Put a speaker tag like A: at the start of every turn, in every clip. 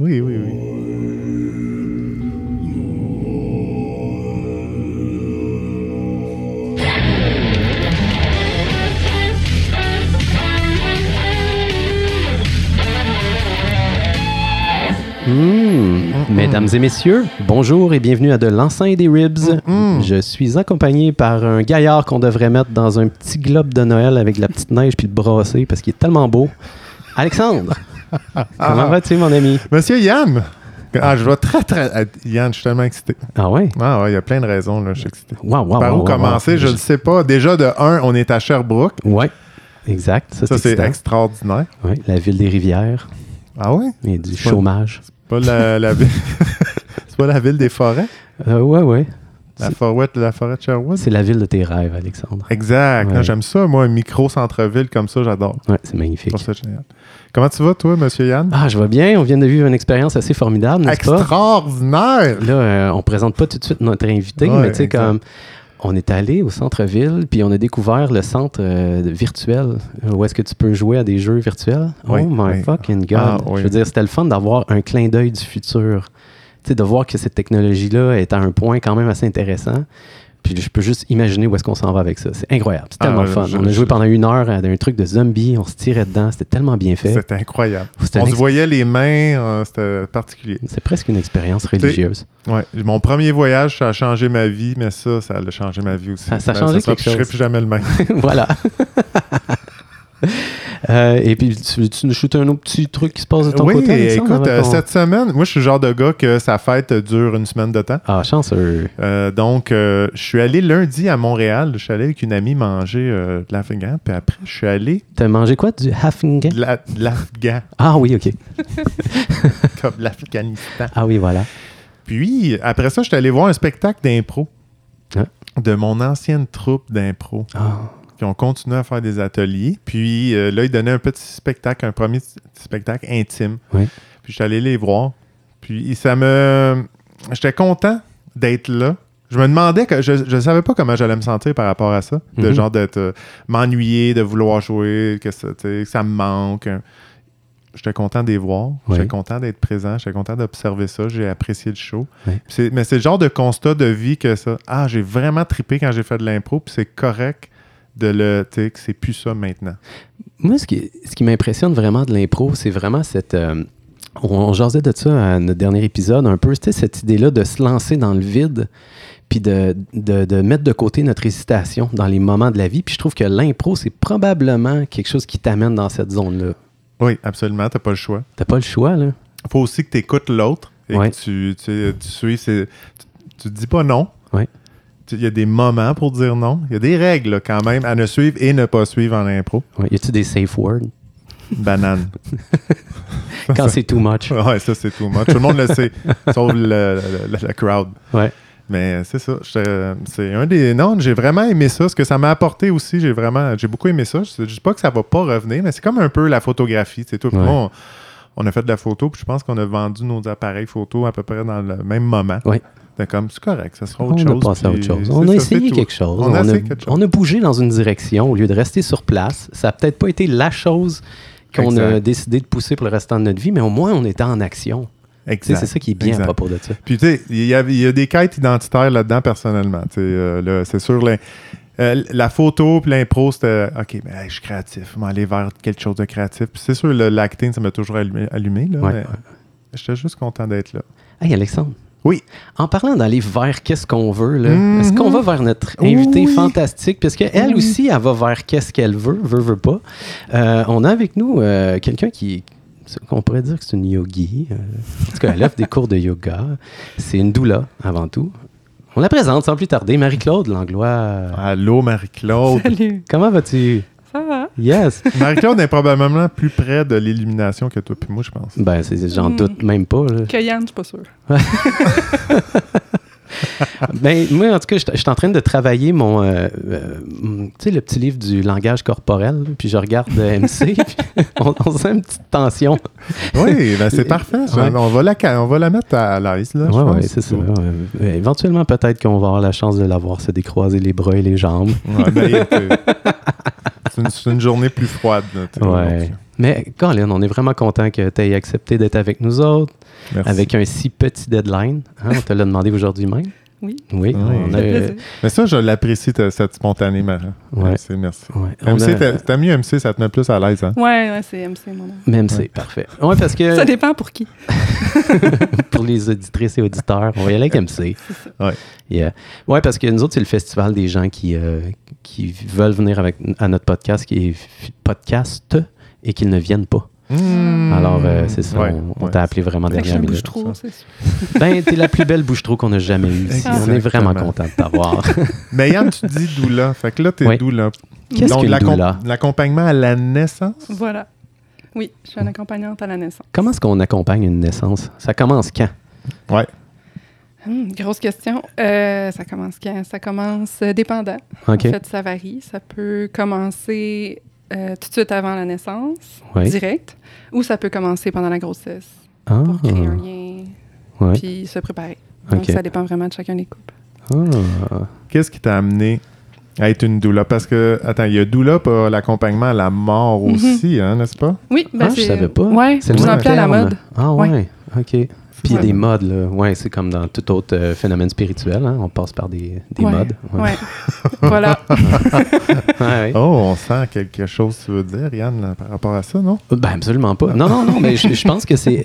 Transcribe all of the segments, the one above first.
A: Oui, oui, oui.
B: Hmm. Mesdames et messieurs, bonjour et bienvenue à De l'enceinte des Ribs.
A: Hmm.
B: Je suis accompagné par un gaillard qu'on devrait mettre dans un petit globe de Noël avec de la petite neige puis le brasser parce qu'il est tellement beau. Alexandre,
A: Ah.
B: comment vas-tu, mon ami?
A: Monsieur Yann! Ah, je vois très, très. ah, Yann, je suis tellement excité.
B: Ah ouais?
A: Ah, ouais, il y a plein de raisons, là, je suis excité.
B: Wow, wow,
A: Par
B: wow,
A: où
B: wow,
A: commencer,
B: wow.
A: je ne sais pas. Déjà, de 1, on est à Sherbrooke.
B: Ouais, exact. Ça,
A: Ça, c'est
B: excitant.
A: extraordinaire.
B: Ouais, la ville des rivières
A: Ah ouais?
B: et du
A: C'est pas-
B: chômage.
A: C'est pas la, la ville- c'est pas la ville des forêts?
B: Euh, ouais, ouais.
A: La
B: C'est-
A: forêt, la forêt de Sherwood?
B: C'est la ville de tes rêves, Alexandre.
A: Exact.
B: Ouais.
A: Non, J'aime ça, moi, un micro-centre-ville comme ça, j'adore.
B: Ouais, c'est
A: Je
B: magnifique.
A: trouve ça génial. Comment tu vas, toi, Monsieur Yann?
B: Ah, je vois bien. On vient de vivre une expérience assez formidable, n'est-ce pas?
A: Extraordinaire!
B: Là, euh, on présente pas tout de suite notre invité,
A: Ouais,
B: mais tu sais,
A: exact.
B: comme on est allé au centre-ville, puis on a découvert le centre euh, virtuel, euh, où est-ce que tu peux jouer à des jeux virtuels.
A: Oui,
B: oh my
A: oui.
B: fucking god!
A: Ah, oui.
B: Je veux dire, c'était le fun d'avoir un clin d'œil du futur. Tu sais, de voir que cette technologie-là est à un point quand même assez intéressant. Puis je peux juste imaginer où est-ce qu'on s'en va avec ça. C'est incroyable. C'est
A: Ah,
B: tellement
A: je-
B: fun.
A: je-
B: on a joué
A: je-
B: pendant une heure à un truc de zombie. On se tirait dedans. C'était tellement bien fait.
A: C'était incroyable.
B: C'était
A: on
B: une
A: se voyait les mains, euh, c'était particulier.
B: C'est presque une expérience religieuse.
A: Ouais. Mon premier voyage, ça a changé ma vie, mais ça, ça a changé ma vie aussi.
B: Ça- ça a
A: Mais
B: changé
A: sera-
B: quelque
A: Je serai
B: chose.
A: plus jamais le même.
B: voilà. Euh, et puis, tu, tu nous shootes un autre petit truc qui se passe de ton
A: oui,
B: côté? Alexandre,
A: écoute,
B: avant
A: euh,
B: qu'on-
A: cette semaine, moi, je suis le genre de gars que sa fête euh, dure une semaine de temps.
B: Ah, chanceux.
A: Euh, donc, euh, je suis allé lundi à Montréal. Je suis allé avec une amie manger euh, de l'afghan. Puis après, je suis allé
B: T'as mangé quoi? Du Huffington?
A: de la- de l'afghan,
B: Ah oui, OK.
A: comme l'Afghanistan.
B: Ah oui, voilà.
A: Puis, après ça, je suis allé voir un spectacle d'impro
B: Hein?
A: de mon ancienne troupe d'impro.
B: Ah,
A: qui ont continué à faire des ateliers. Puis euh, là, ils donnaient un petit spectacle, un premier s- spectacle intime.
B: Oui.
A: Puis j'étais allé les voir. Puis ça me. J'étais content d'être là. Je me demandais que je ne savais pas comment j'allais me sentir par rapport à ça. De
B: Mhm.
A: genre d'être euh, m'ennuyer, de vouloir jouer, que ça, tu sais, que ça me manque. hein. J'étais content de les voir.
B: Oui.
A: J'étais content d'être présent. J'étais content d'observer ça. J'ai apprécié le show.
B: Oui.
A: Puis c'est- Mais c'est le genre de constat de vie que ça. Ah, j'ai vraiment trippé quand j'ai fait de l'impro, puis c'est correct de le. Tu sais, que c'est plus ça maintenant.
B: Moi, ce qui, ce qui m'impressionne vraiment de l'impro, c'est vraiment cette... euh, on, on jasait de ça à notre dernier épisode un peu. C'était cette idée-là de se lancer dans le vide puis de, de- de mettre de côté notre hésitation dans les moments de la vie. Puis je trouve que l'impro, c'est probablement quelque chose qui t'amène dans cette zone-là.
A: Oui, absolument. T'as pas le choix.
B: T'as pas le choix, là.
A: faut aussi que tu écoutes l'autre et
B: Ouais.
A: que tu, tu, tu suis ses- tu, tu dis pas non.
B: Ouais.
A: Tu- Il y a des moments pour dire non. Il y a des règles là, quand même à ne suivre et ne pas suivre en impro.
B: Ouais, y a-tu des safe words
A: Banane.
B: quand c'est too much?
A: ouais, ça c'est tout. Tout le monde le sait, sauf le, le- le- le crowd.
B: Ouais.
A: Mais c'est ça. je- C'est un des. Non, j'ai vraiment aimé ça. Ce que ça m'a apporté aussi, j'ai vraiment. J'ai beaucoup aimé ça. Je ne dis pas que ça va pas revenir, mais c'est comme un peu la photographie. C'est tout.
B: Ouais.
A: Moi, on, on a fait de la photo, puis je pense qu'on a vendu nos appareils photo à peu près dans le même moment.
B: Ouais.
A: C'est comme, c'est correct, ça sera
B: On
A: autre
B: a
A: chose.
B: passé à
A: puis
B: autre chose.
A: c'est
B: On
A: ça,
B: a
A: c'est
B: essayé
A: tout.
B: quelque chose.
A: On a essayé quelque chose.
B: on a bougé dans une direction au lieu de rester sur place. Ça n'a peut-être pas été la chose qu'on a
A: Exact.
B: décidé de pousser pour le restant de notre vie, mais au moins on était en action. Tu sais,
A: Exact.
B: C'est ça qui est bien
A: Exact.
B: à propos de ça.
A: Puis, tu sais, il y, a- il y a des quêtes identitaires là-dedans, personnellement. Tu sais, euh, là, c'est sûr, la, euh, la photo puis l'impro, c'était OK, mais hey, je suis créatif. Je vais aller vers quelque chose de créatif. Puis, c'est sûr, le- l'acting, ça m'a toujours allumé. allumé là,
B: Ouais,
A: mais
B: ouais.
A: J'étais juste content d'être là.
B: Hey Alexandre.
A: Oui.
B: En parlant d'aller vers qu'est-ce qu'on veut, là,
A: Mhm.
B: est-ce qu'on va vers notre invitée
A: Oui.
B: fantastique? Parce qu'elle aussi, elle va vers qu'est-ce qu'elle veut, veut, veut pas. Euh, on a avec nous euh, quelqu'un qui. On pourrait dire que c'est une yogi. euh, en tout cas, elle offre des cours de yoga. C'est une doula, avant tout. On la présente sans plus tarder. Marie-Claude Langlois.
A: Allô, Marie-Claude.
C: Salut,
B: Comment vas-tu?
C: ça va?
B: Yes!
A: Marie-Claude est probablement plus près de l'illumination que toi puis moi, je pense.
B: Ben, c'est- j'en
C: Mm.
B: doute même pas. là.
C: Que Yann, je suis pas sûre.
B: Ben, moi, en tout cas, je je suis en train de travailler mon. euh, euh, tu sais, le petit livre du langage corporel, là, puis je regarde euh, MC, puis on, on sent une petite tension.
A: Oui, ben c'est parfait. ça.
B: Ouais.
A: On, va la, ca- on va la mettre à l'aise, là, je
B: Ouais,
A: pense.
B: ouais, c'est ça. ouais. Euh, éventuellement, peut-être qu'on va avoir la chance de l'avoir se décroiser les bras et les jambes.
A: euh, Ouais, ben, il était- c'est une, c'est une journée plus froide. là, tu sais,
B: Ouais.
A: donc,
B: Mais Colin, on est vraiment content que tu aies accepté d'être avec nous autres,
A: Merci.
B: avec un si petit deadline. hein, on te l'a demandé aujourd'hui même.
C: Oui.
B: Oui,
A: Ah,
B: on
A: ça
B: a,
A: fait
C: plaisir.
A: Mais ça, je l'apprécie, ta- cette spontanée, Marie.
B: Ouais.
A: Merci, merci.
B: ouais, on a-
A: MC, t'as- t'as mis MC, ça te met plus à l'aise, hein?
C: Ouais, ouais, c'est MC, mon nom.
B: Même c'est
A: Ouais.
B: parfait. Oui, parce que
C: Ça dépend pour qui.
B: pour les auditrices et auditeurs, on va y aller comme c'est.
A: Ouais.
B: Yeah. Ouais, parce que nous autres, c'est le festival des gens qui, euh, qui veulent venir avec, à notre podcast, qui est f- podcast, et qu'ils ne viennent pas.
A: Hmm.
B: Alors, euh, c'est ça,
A: Ouais,
B: on, on
A: ouais.
B: t'a appelé vraiment
C: Fait que je suis
B: dernière
C: un
B: minute.
C: bouche-trou,
A: ça.
C: c'est sûr.
B: Ben, t'es la plus belle bouche-trou qu'on a jamais eue ici. On est
A: Exactement.
B: vraiment content de t'avoir.
A: Mais Yann, tu dis doula. Fait que là, t'es
B: Oui.
A: doula.
B: Qu'est-ce
A: Donc,
B: qu'une
A: l'accom-
B: doula?
A: L'accompagnement à la naissance?
C: Voilà. Oui, je suis une accompagnante à la naissance.
B: Comment est-ce qu'on accompagne une naissance? Ça commence quand?
A: Ouais.
C: Hum, grosse question. Euh, ça commence quand? Ça commence euh, dépendant.
B: OK.
C: En fait, ça varie. Ça peut commencer euh, tout de suite avant la naissance,
B: Oui.
C: direct, ou ça peut commencer pendant la grossesse
B: Ah,
C: pour créer un lien,
B: ouais.
C: puis se préparer. Donc,
B: Ok.
C: ça dépend vraiment de chacun des couples.
B: Ah.
A: Qu'est-ce qui t'a amené à être une doula? Parce que, attends, il y a doula pour l'accompagnement à la mort
C: Mhm.
A: aussi, hein, n'est-ce pas?
C: Oui, ben
B: Ah, je
C: c'est-
B: savais pas.
C: Ouais,
B: C'est
C: de
B: le
C: plus en
B: même
C: plus à la
B: terme.
C: mode.
B: Ah ouais, OK. Puis
C: Ouais.
B: des modes, là. Ouais, c'est comme dans tout autre euh, phénomène spirituel, hein, on passe par des, des
C: Ouais,
B: modes.
C: Ouais. voilà.
B: Ouais, ouais.
A: Oh, on sent quelque chose, tu veux dire, Yann, là, par rapport à ça, non?
B: Ben absolument pas. Non, non, non, mais je, je pense que c'est...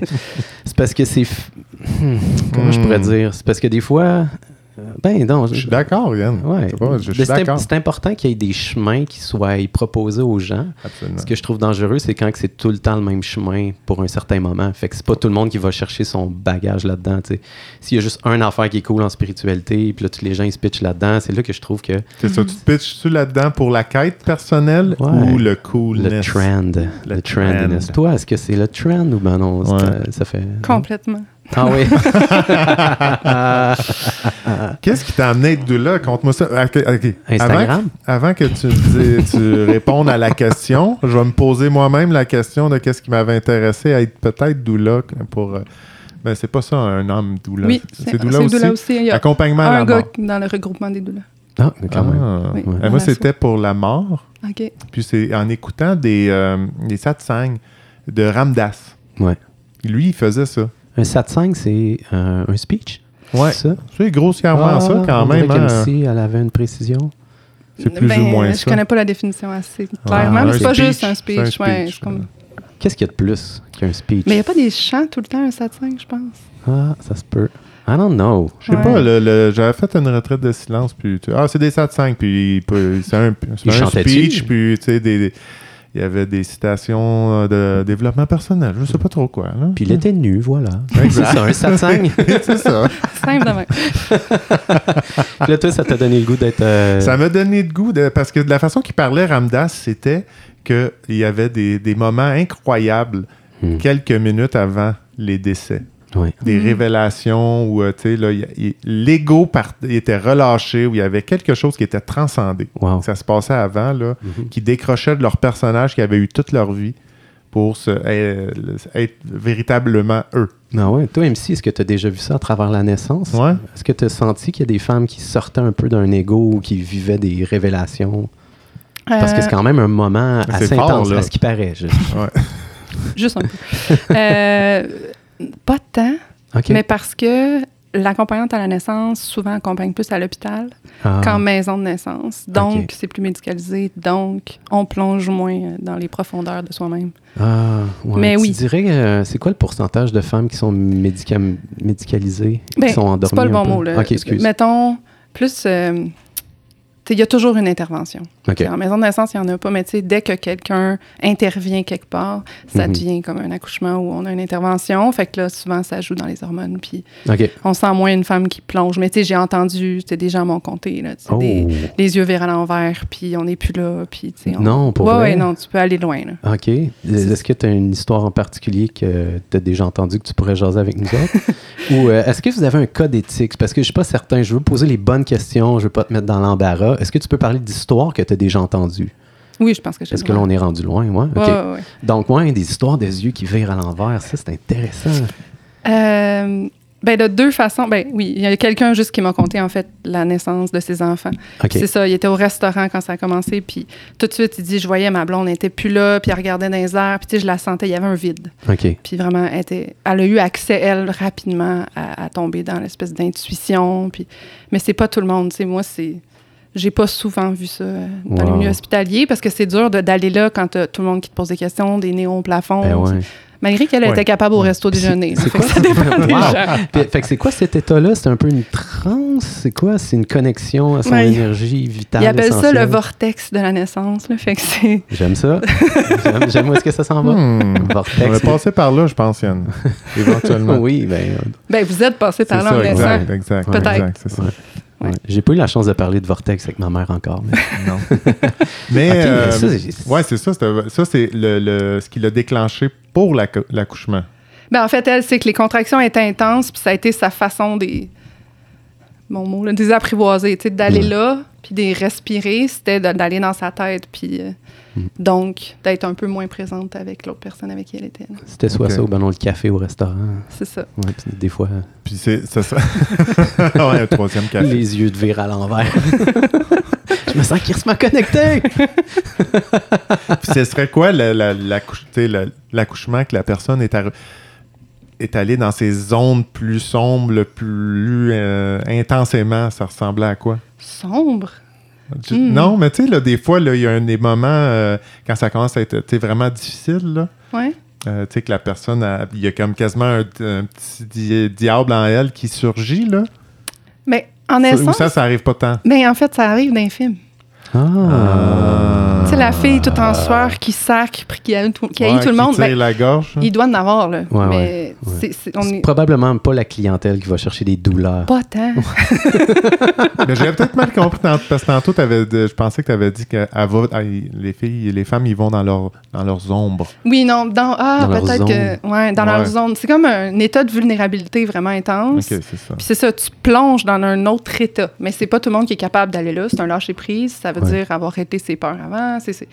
B: C'est parce que c'est... f- Hmm, Comment je pourrais
A: Hmm.
B: dire? C'est parce que des fois... euh, Ben non, ben,
A: Je suis d'accord, Yann.
B: Ouais.
A: C'est pas- je
B: Mais
A: suis
B: c'est im-
A: d'accord.
B: c'est important qu'il y ait des chemins qui soient proposés aux gens.
A: Absolument.
B: Ce que je trouve dangereux, c'est quand que c'est tout le temps le même chemin pour un certain moment. Fait que c'est pas tout le monde qui va chercher son bagage là-dedans. tu sais. S'il y a juste un affaire qui est cool en spiritualité, puis là, tous les gens ils se pitchent là-dedans, c'est là que je trouve que
A: C'est ça, tu te pitches-tu là-dedans pour la quête personnelle
B: Ouais.
A: ou le
B: le
A: coolness?
B: trend, le,
A: Le
B: trendiness.
A: trend.
B: Toi, est-ce que c'est le trend ou ben non, c'est,
A: Ouais.
B: euh, ça fait.
C: Complètement.
B: Ah oui.
A: Qu'est-ce qui t'a amené à être doula? Conte-moi ça. Ok, ok.
B: Instagram?
A: Avant, que- avant que tu, me dis- tu répondes à la question, je vais me poser moi-même la question de qu'est-ce qui m'avait intéressé à être peut-être doula pour... euh, Ben, c'est pas ça, un homme doula.
C: Oui,
A: c'est doula aussi.
C: aussi. Il y a
A: Accompagnement à
C: un
A: la
C: gars
A: mort.
C: dans le regroupement des doulas.
B: Ah, mais quand même.
A: Ah.
C: Oui,
A: Ben,
C: dans
A: moi,
C: la
A: c'était pour la mort.
C: soupe. OK.
A: Puis c'est en écoutant des, euh, des satsangs de Ramdas.
B: Ouais.
A: Lui, il faisait ça.
B: Un satsang, c'est euh, un speech.
A: Ouais.
B: C'est ça.
A: C'est grossièrement
B: Ah,
A: ça,
B: on
A: quand
B: dirait
A: même. hein.
B: qu'MC, elle avait une précision.
A: C'est plus
C: Ben,
A: ou moins
C: Je
A: ça.
C: connais pas la définition assez clairement,
A: Ah,
C: mais
A: un
C: c'est pas
A: speech.
C: juste un
A: C'est un
C: speech. ouais,
A: speech,
C: c'est comme-
A: ouais.
B: Qu'est-ce qu'il y a de plus qu'un speech?
C: Mais il n'y a pas des chants tout le temps, un satsang, je pense.
B: Ah, ça se peut. I don't know.
A: Je sais
C: Ouais.
A: pas, le- le- j'avais fait une retraite de silence, puis tu- ah, c'est des satsangs, puis il peut- c'est un, c'est
B: Il
A: un
B: chantait-tu?
A: speech, puis tu sais, des- des- il y avait des citations euh, de développement personnel, je sais pas trop quoi. là.
B: Puis il était Euh. nu, voilà. C'est
A: Exact.
B: ça, un satsang.
A: c'est ça.
C: Simple de même.
B: Puis là, toi, ça t'a donné le goût d'être. euh,
A: Ça m'a donné le goût, de, parce que de la façon qu'il parlait, Ramdas, c'était qu'il y avait des, des moments incroyables
B: Hmm.
A: quelques minutes avant les décès.
B: ouais.
A: des révélations où euh, tu sais, là, il- il- l'ego part- il était relâché, où il y avait quelque chose qui était transcendé.
B: Wow.
A: Ça se passait avant, là,
B: Mhm.
A: qui décrochait de leur personnage qui avait eu toute leur vie pour se, euh, être véritablement eux.
B: Ah ouais. Toi, MC, est-ce que tu as déjà vu ça à travers la naissance?
A: Ouais.
B: Est-ce que tu as senti qu'il y a des femmes qui sortaient un peu d'un ego ou qui vivaient des révélations?
C: Euh,
B: Parce que c'est quand même un moment
A: c'est
B: assez
A: fort,
B: intense,
A: là.
B: à ce qui paraît. je-
C: Juste un peu. Euh, pas tant,
B: OK.
C: mais parce que l'accompagnante à la naissance souvent accompagne plus à l'hôpital
B: Ah.
C: qu'en maison de naissance. Donc,
B: Ok.
C: c'est plus médicalisé. Donc, on plonge moins dans les profondeurs de soi-même.
B: Ah, ouais.
C: Mais
B: tu
C: oui.
B: dirais, euh, c'est quoi le pourcentage de femmes qui sont médicam- médicalisées,
C: Ben,
B: qui sont endormies?
C: C'est pas le
B: un
C: bon
B: peu?
C: mot, là.
B: OK, excuse.
C: Mettons, plus. euh, tu sais, il y a toujours une intervention.
B: OK.
C: En maison de naissance, il n'y en a pas, mais tu sais, dès que quelqu'un intervient quelque part, ça
B: Mhm.
C: devient comme un accouchement où on a une intervention. Fait que là, souvent, ça joue dans les hormones. Puis
B: OK.
C: on sent moins une femme qui plonge. Mais tu sais, j'ai entendu, tu sais, des gens m'ont compté, là, tu sais,
B: Oh.
C: des- les yeux vers à l'envers, puis on n'est plus là. Puis, tu sais, on-
B: Non, pour
C: ouais,
B: vrai?
C: ouais, non, tu peux aller loin, là.
B: Ah, OK. Est-ce que tu as une histoire en particulier que tu as déjà entendue que tu pourrais jaser avec nous autres? Ou euh, est-ce que vous avez un code éthique? Parce que je suis pas certain. Je veux poser les bonnes questions. Je veux pas te mettre dans l'embarras. Est-ce que tu peux parler d'histoires que tu as déjà entendues?
C: Oui, je pense que j'ai
B: Parce que
C: le
B: là,
C: droit.
B: on est rendu loin, ouais. OK.
C: Ouais, ouais, ouais.
B: Donc, ouais, des histoires des yeux qui virent à l'envers. Ça, c'est intéressant.
C: Euh, Ben, de deux façons. Ben oui, il y a quelqu'un juste qui m'a conté, en fait, la naissance de ses enfants.
B: OK.
C: C'est ça, il était au restaurant quand ça a commencé, puis tout de suite, il dit, je voyais ma blonde, elle était plus là, puis elle regardait dans les airs, puis tu sais, je la sentais, il y avait un vide.
B: OK.
C: Puis vraiment, elle, était- elle a eu accès, elle, rapidement à, à tomber dans l'espèce d'intuition. Puis, mais c'est pas tout le monde. tu sais, Moi, c'est. J'ai pas souvent vu ça euh, dans
B: Wow.
C: les milieux hospitaliers parce que c'est dur de- d'aller là quand t'as tout le monde qui te pose des questions, des néons au plafond.
B: Ben ouais.
C: Malgré qu'elle
A: Ouais.
C: était capable au resto déjeuner.
B: C'est
C: Ça fait que
B: quoi
C: ça dépend des
B: Wow.
C: gens.
B: Puis, fait que c'est quoi cet état-là? C'est un peu une transe? C'est quoi? C'est une connexion à son
C: Ouais.
B: énergie vitale.
C: Ils appellent Ben, ça le
B: essentielle?
C: vortex de la naissance. Là, fait que c'est.
B: J'aime ça. J'aime- J'aime où est-ce que ça s'en va.
A: Hmm.
B: Vortex.
A: On est passé par là, je pense, Yann. Éventuellement.
B: Oui, ben, euh,
C: Ben, vous êtes passé
A: C'est
C: par là en
A: ça,
C: naissant.
A: exact, exact.
C: Peut-être.
A: exact, c'est ça.
B: Ouais.
C: Ouais.
B: ouais. j'ai pas eu la chance de parler de vortex avec ma mère encore. mais-
A: Non. Mais.
B: Ok,
A: euh,
B: ça, c'est-
A: ouais, c'est ça. c'était- Ça, c'est le, le- ce qui l'a déclenché pour l'acc- l'accouchement.
C: Ben, en fait, elle, c'est que les contractions étaient intenses, puis ça a été sa façon des. Mon mot, là, des apprivoiser, tu sais, d'aller
B: Ouais.
C: là, puis des respirer, c'était de- d'aller dans sa tête, puis euh,
A: Mm.
C: donc d'être un peu moins présente avec l'autre personne avec qui elle était. là.
B: C'était soit
A: Ok.
B: ça ou ben non, le café au restaurant.
C: C'est ça.
B: Ouais, puis des fois,
A: Puis c'est ça. ça- ouais, un troisième café.
B: les yeux de vire à l'envers. Je me sens qu'il se m'a connecté.
A: Puis ce serait quoi la- la- la couche- tu sais, la- l'accouchement que la personne est, arri- est allée dans ses zones plus sombres, plus euh, intensément? Ça ressemblait à quoi?
C: Sombre.
A: Tu-
C: Hmm.
A: Non, mais tu sais, là, des fois, là, il y a un des moments euh, quand ça commence à être tu sais, vraiment difficile, là,
C: Ouais.
A: euh, tu sais, que la personne, a- il y a comme quasiment un, un petit di- diable en elle qui surgit, là.
C: Mais en
A: Ça- Ou
C: essence.
A: ça, ça arrive pas tant.
C: Mais en fait, ça arrive d'un film.
B: Ah.
C: Ah. Tu sais, la fille tout en sueur qui sacre, puis qui a tout, qui haït
A: Ah. Ouais,
C: tout le monde,
A: tire
C: ben,
A: la gorge.
C: il doit en avoir, là.
B: Hein? Ouais,
C: mais
B: ouais, ouais.
C: c'est- c'est- on
B: C'est
C: est
B: probablement pas la clientèle qui va chercher des douleurs.
C: pas tant.
A: Mais j'avais peut-être mal compris tant- parce que tantôt, t'avais- je pensais que tu avais dit que elle va- elle- les filles, les femmes, ils vont dans, leur, dans leurs ombres.
C: Oui, non, dans, ah,
B: Dans leur
C: peut-être
B: zone.
C: que. Ouais, dans
A: Ouais.
C: leur zone. C'est comme un état de vulnérabilité vraiment
A: Ok,
C: intense.
A: c'est ça.
C: Puis c'est ça, tu plonges dans un autre état. Mais c'est pas tout le monde qui est capable d'aller là. C'est un lâcher-prise. Ça veut
B: Ouais.
C: dire avoir été ses peurs avant. C'est, c'est,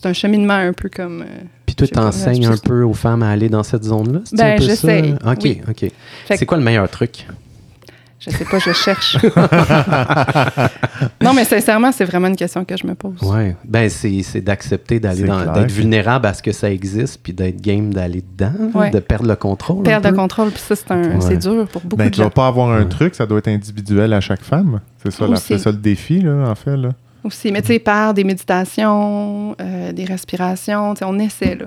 C: c'est un cheminement un peu comme. euh,
B: Puis toi,
C: Je sais pas,
B: t'enseignes un
C: juste-
B: peu aux femmes à aller dans cette zone-là? C'est-tu
C: Ben,
B: un peu ça?
C: j'essaye,
B: OK,
C: oui.
B: OK.
C: Fait que-
B: C'est quoi le meilleur truc?
C: je sais pas, je cherche. non, mais sincèrement, c'est vraiment une question que je me pose.
B: Ouais. Ben, c'est c'est d'accepter d'aller
A: C'est
B: dans-
A: clair.
B: d'être vulnérable à ce que ça existe, puis d'être game d'aller dedans,
C: Ouais.
B: de perdre le contrôle. un
C: Perdre le
B: peu.
C: contrôle, puis ça, c'est, un,
B: Ouais.
C: c'est dur pour beaucoup
A: Ben,
C: de
A: tu vas
C: gens.
A: pas avoir un truc, ça doit être individuel à chaque femme. C'est ça, la-
C: Aussi.
A: c'est ça le défi, là, en fait. Là.
C: Aussi, mais tu sais, par des méditations, euh, des respirations, tu sais, on essaie, là.